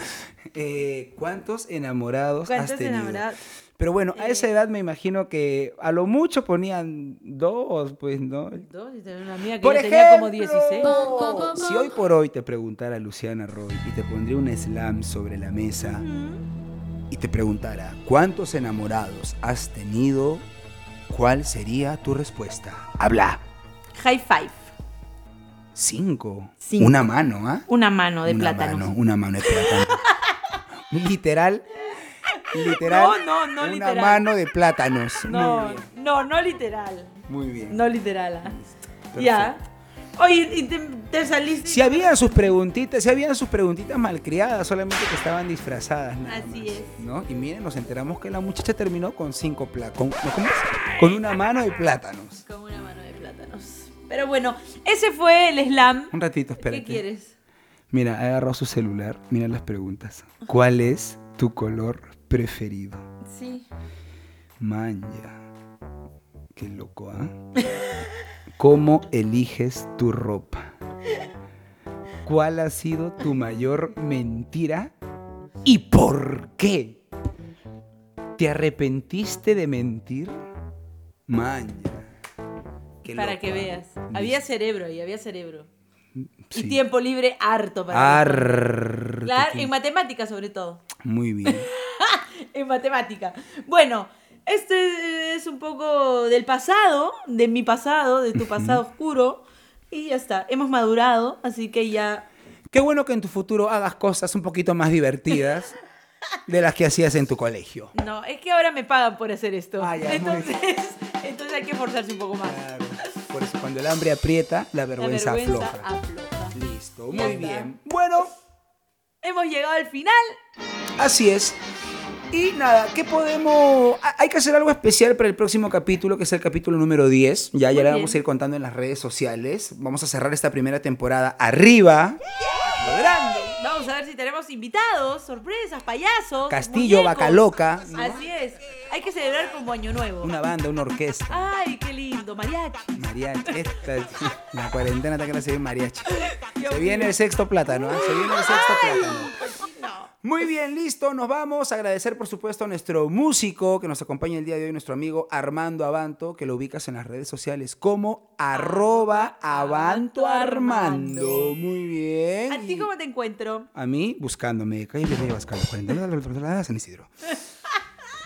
[SPEAKER 1] Eh, ¿Cuántos enamorados has
[SPEAKER 2] ¿Cuántos
[SPEAKER 1] tenido?
[SPEAKER 2] enamorados?
[SPEAKER 1] Pero bueno, a
[SPEAKER 2] Eh.
[SPEAKER 1] esa edad me imagino que a lo mucho ponían dos, pues, ¿no?
[SPEAKER 2] Dos, y tenía una amiga que
[SPEAKER 1] Por
[SPEAKER 2] ya
[SPEAKER 1] ejemplo,
[SPEAKER 2] tenía como 16.
[SPEAKER 1] si hoy por hoy te preguntara Luciana Roy y te pondría un slam sobre la mesa
[SPEAKER 2] Mm.
[SPEAKER 1] y te preguntara cuántos enamorados has tenido, ¿cuál sería tu respuesta? Habla.
[SPEAKER 2] High five.
[SPEAKER 1] Cinco.
[SPEAKER 2] Cinco.
[SPEAKER 1] Una mano, ¿ah?
[SPEAKER 2] Una mano de
[SPEAKER 1] una
[SPEAKER 2] plátano.
[SPEAKER 1] mano, una mano de plátano. literal, literal.
[SPEAKER 2] No, no, no
[SPEAKER 1] una
[SPEAKER 2] literal.
[SPEAKER 1] mano de plátanos. Muy
[SPEAKER 2] No,
[SPEAKER 1] bien,
[SPEAKER 2] no, no literal.
[SPEAKER 1] muy bien.
[SPEAKER 2] No literal. ah.
[SPEAKER 1] Perfecto.
[SPEAKER 2] Ya. Oye, y te, te saliste.
[SPEAKER 1] Si habían sus preguntitas, si habían sus preguntitas malcriadas, solamente que estaban disfrazadas. nada
[SPEAKER 2] Así
[SPEAKER 1] más,
[SPEAKER 2] es.
[SPEAKER 1] ¿no? Y miren, nos enteramos que la muchacha terminó con cinco plátanos. Con, no, ¿cómo es? Con una mano de plátanos.
[SPEAKER 2] Con una mano de plátanos. Pero bueno, ese fue el slam.
[SPEAKER 1] Un ratito, espérate.
[SPEAKER 2] ¿Qué quieres?
[SPEAKER 1] Mira, ha agarrado su celular. Mira las preguntas. ¿Cuál es tu color preferido?
[SPEAKER 2] Sí.
[SPEAKER 1] Manja. Qué loco, ¿ah? ¿Cómo eliges tu ropa? ¿Cuál ha sido tu mayor mentira y por qué? ¿Te arrepentiste de mentir? Manja. Qué
[SPEAKER 2] para
[SPEAKER 1] loco,
[SPEAKER 2] que
[SPEAKER 1] ¿ah?
[SPEAKER 2] veas. Había cerebro ahí, había cerebro.
[SPEAKER 1] Sí.
[SPEAKER 2] Y tiempo libre harto para
[SPEAKER 1] Arr-
[SPEAKER 2] Claro,
[SPEAKER 1] te-
[SPEAKER 2] en matemática sobre todo.
[SPEAKER 1] Muy bien.
[SPEAKER 2] En matemática. Bueno, este es un poco del pasado, de mi pasado, de tu pasado oscuro. Y ya está, hemos madurado, así que ya...
[SPEAKER 1] Qué bueno que en tu futuro hagas cosas un poquito más divertidas de las que hacías en tu colegio.
[SPEAKER 2] No, es que ahora me pagan por hacer esto.
[SPEAKER 1] Ah, ya, muy bien.
[SPEAKER 2] entonces, entonces hay que forzarse un poco más.
[SPEAKER 1] Claro. Por eso cuando el hambre aprieta, la
[SPEAKER 2] La
[SPEAKER 1] vergüenza,
[SPEAKER 2] vergüenza
[SPEAKER 1] afloja.
[SPEAKER 2] afloja.
[SPEAKER 1] Listo,
[SPEAKER 2] Ya
[SPEAKER 1] muy
[SPEAKER 2] está.
[SPEAKER 1] bien. Bueno,
[SPEAKER 2] Hemos llegado al final.
[SPEAKER 1] así es. Y nada, ¿qué podemos...? ha- Hay que hacer algo especial para el próximo capítulo, que es el capítulo número 10. Ya,
[SPEAKER 2] Muy
[SPEAKER 1] ya le
[SPEAKER 2] bien.
[SPEAKER 1] vamos a ir contando en las redes sociales. Vamos a cerrar esta primera temporada arriba. Lo grande.
[SPEAKER 2] Vamos a ver si tenemos invitados, sorpresas, payasos.
[SPEAKER 1] Castillo,
[SPEAKER 2] muñecos.
[SPEAKER 1] Bacaloca. ¿no?
[SPEAKER 2] Así es. Hay que celebrar como Año Nuevo.
[SPEAKER 1] Una banda, una orquesta.
[SPEAKER 2] Ay, qué lindo. Mariachi.
[SPEAKER 1] Mariachi. Esta, la cuarentena está que la se viene mariachi.
[SPEAKER 2] Dios pues
[SPEAKER 1] Se viene el sexto plátano, ¿ah? se viene el sexto plátano. Muy bien, listo, nos vamos. Agradecer, por supuesto, a nuestro músico que nos acompaña el día de hoy, nuestro amigo Armando Abanto, que lo ubicas en las redes sociales como arroba Abanto Armando. Muy bien.
[SPEAKER 2] ¿A ti cómo te encuentro?
[SPEAKER 1] A mí, buscándome. Calle Virrey Abascal, 40, San Isidro.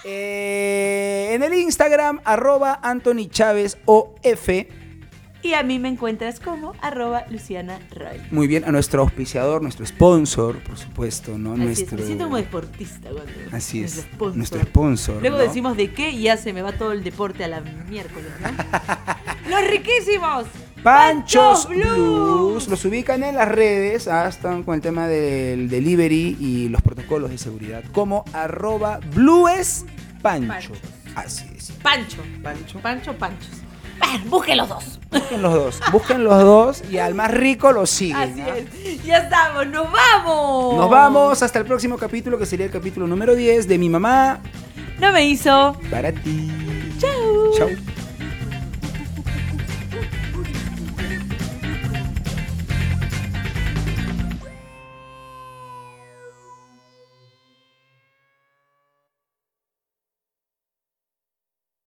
[SPEAKER 1] Eh, en el Instagram, arroba Anthony Chávez OF.
[SPEAKER 2] Y a mí me encuentras como arroba Luciana Roy.
[SPEAKER 1] Muy bien, a nuestro auspiciador, nuestro sponsor, por supuesto, ¿no?
[SPEAKER 2] Así es,
[SPEAKER 1] nuestro...
[SPEAKER 2] me siento como deportista cuando
[SPEAKER 1] Así es,
[SPEAKER 2] nuestro sponsor.
[SPEAKER 1] nuestro sponsor.
[SPEAKER 2] Luego
[SPEAKER 1] ¿no?
[SPEAKER 2] decimos de qué y ya se me va todo el deporte a la miércoles, ¿no? ¡Los riquísimos!
[SPEAKER 1] Panchos Blues. Los ubican en las redes. ah, están con el tema del delivery y los protocolos de seguridad. Como arroba blues pancho.
[SPEAKER 2] Pancho.
[SPEAKER 1] Así es.
[SPEAKER 2] Pancho.
[SPEAKER 1] Pancho.
[SPEAKER 2] Pancho, Panchos. Bueno, busquen los dos.
[SPEAKER 1] Busquen los dos. Busquen los dos y al más rico lo siguen.
[SPEAKER 2] Así
[SPEAKER 1] ¿ah?
[SPEAKER 2] es. Ya estamos, nos vamos.
[SPEAKER 1] Nos vamos hasta el próximo capítulo que sería el capítulo número 10 de mi mamá
[SPEAKER 2] No me hizo.
[SPEAKER 1] para ti.
[SPEAKER 2] Chau.
[SPEAKER 1] Chau.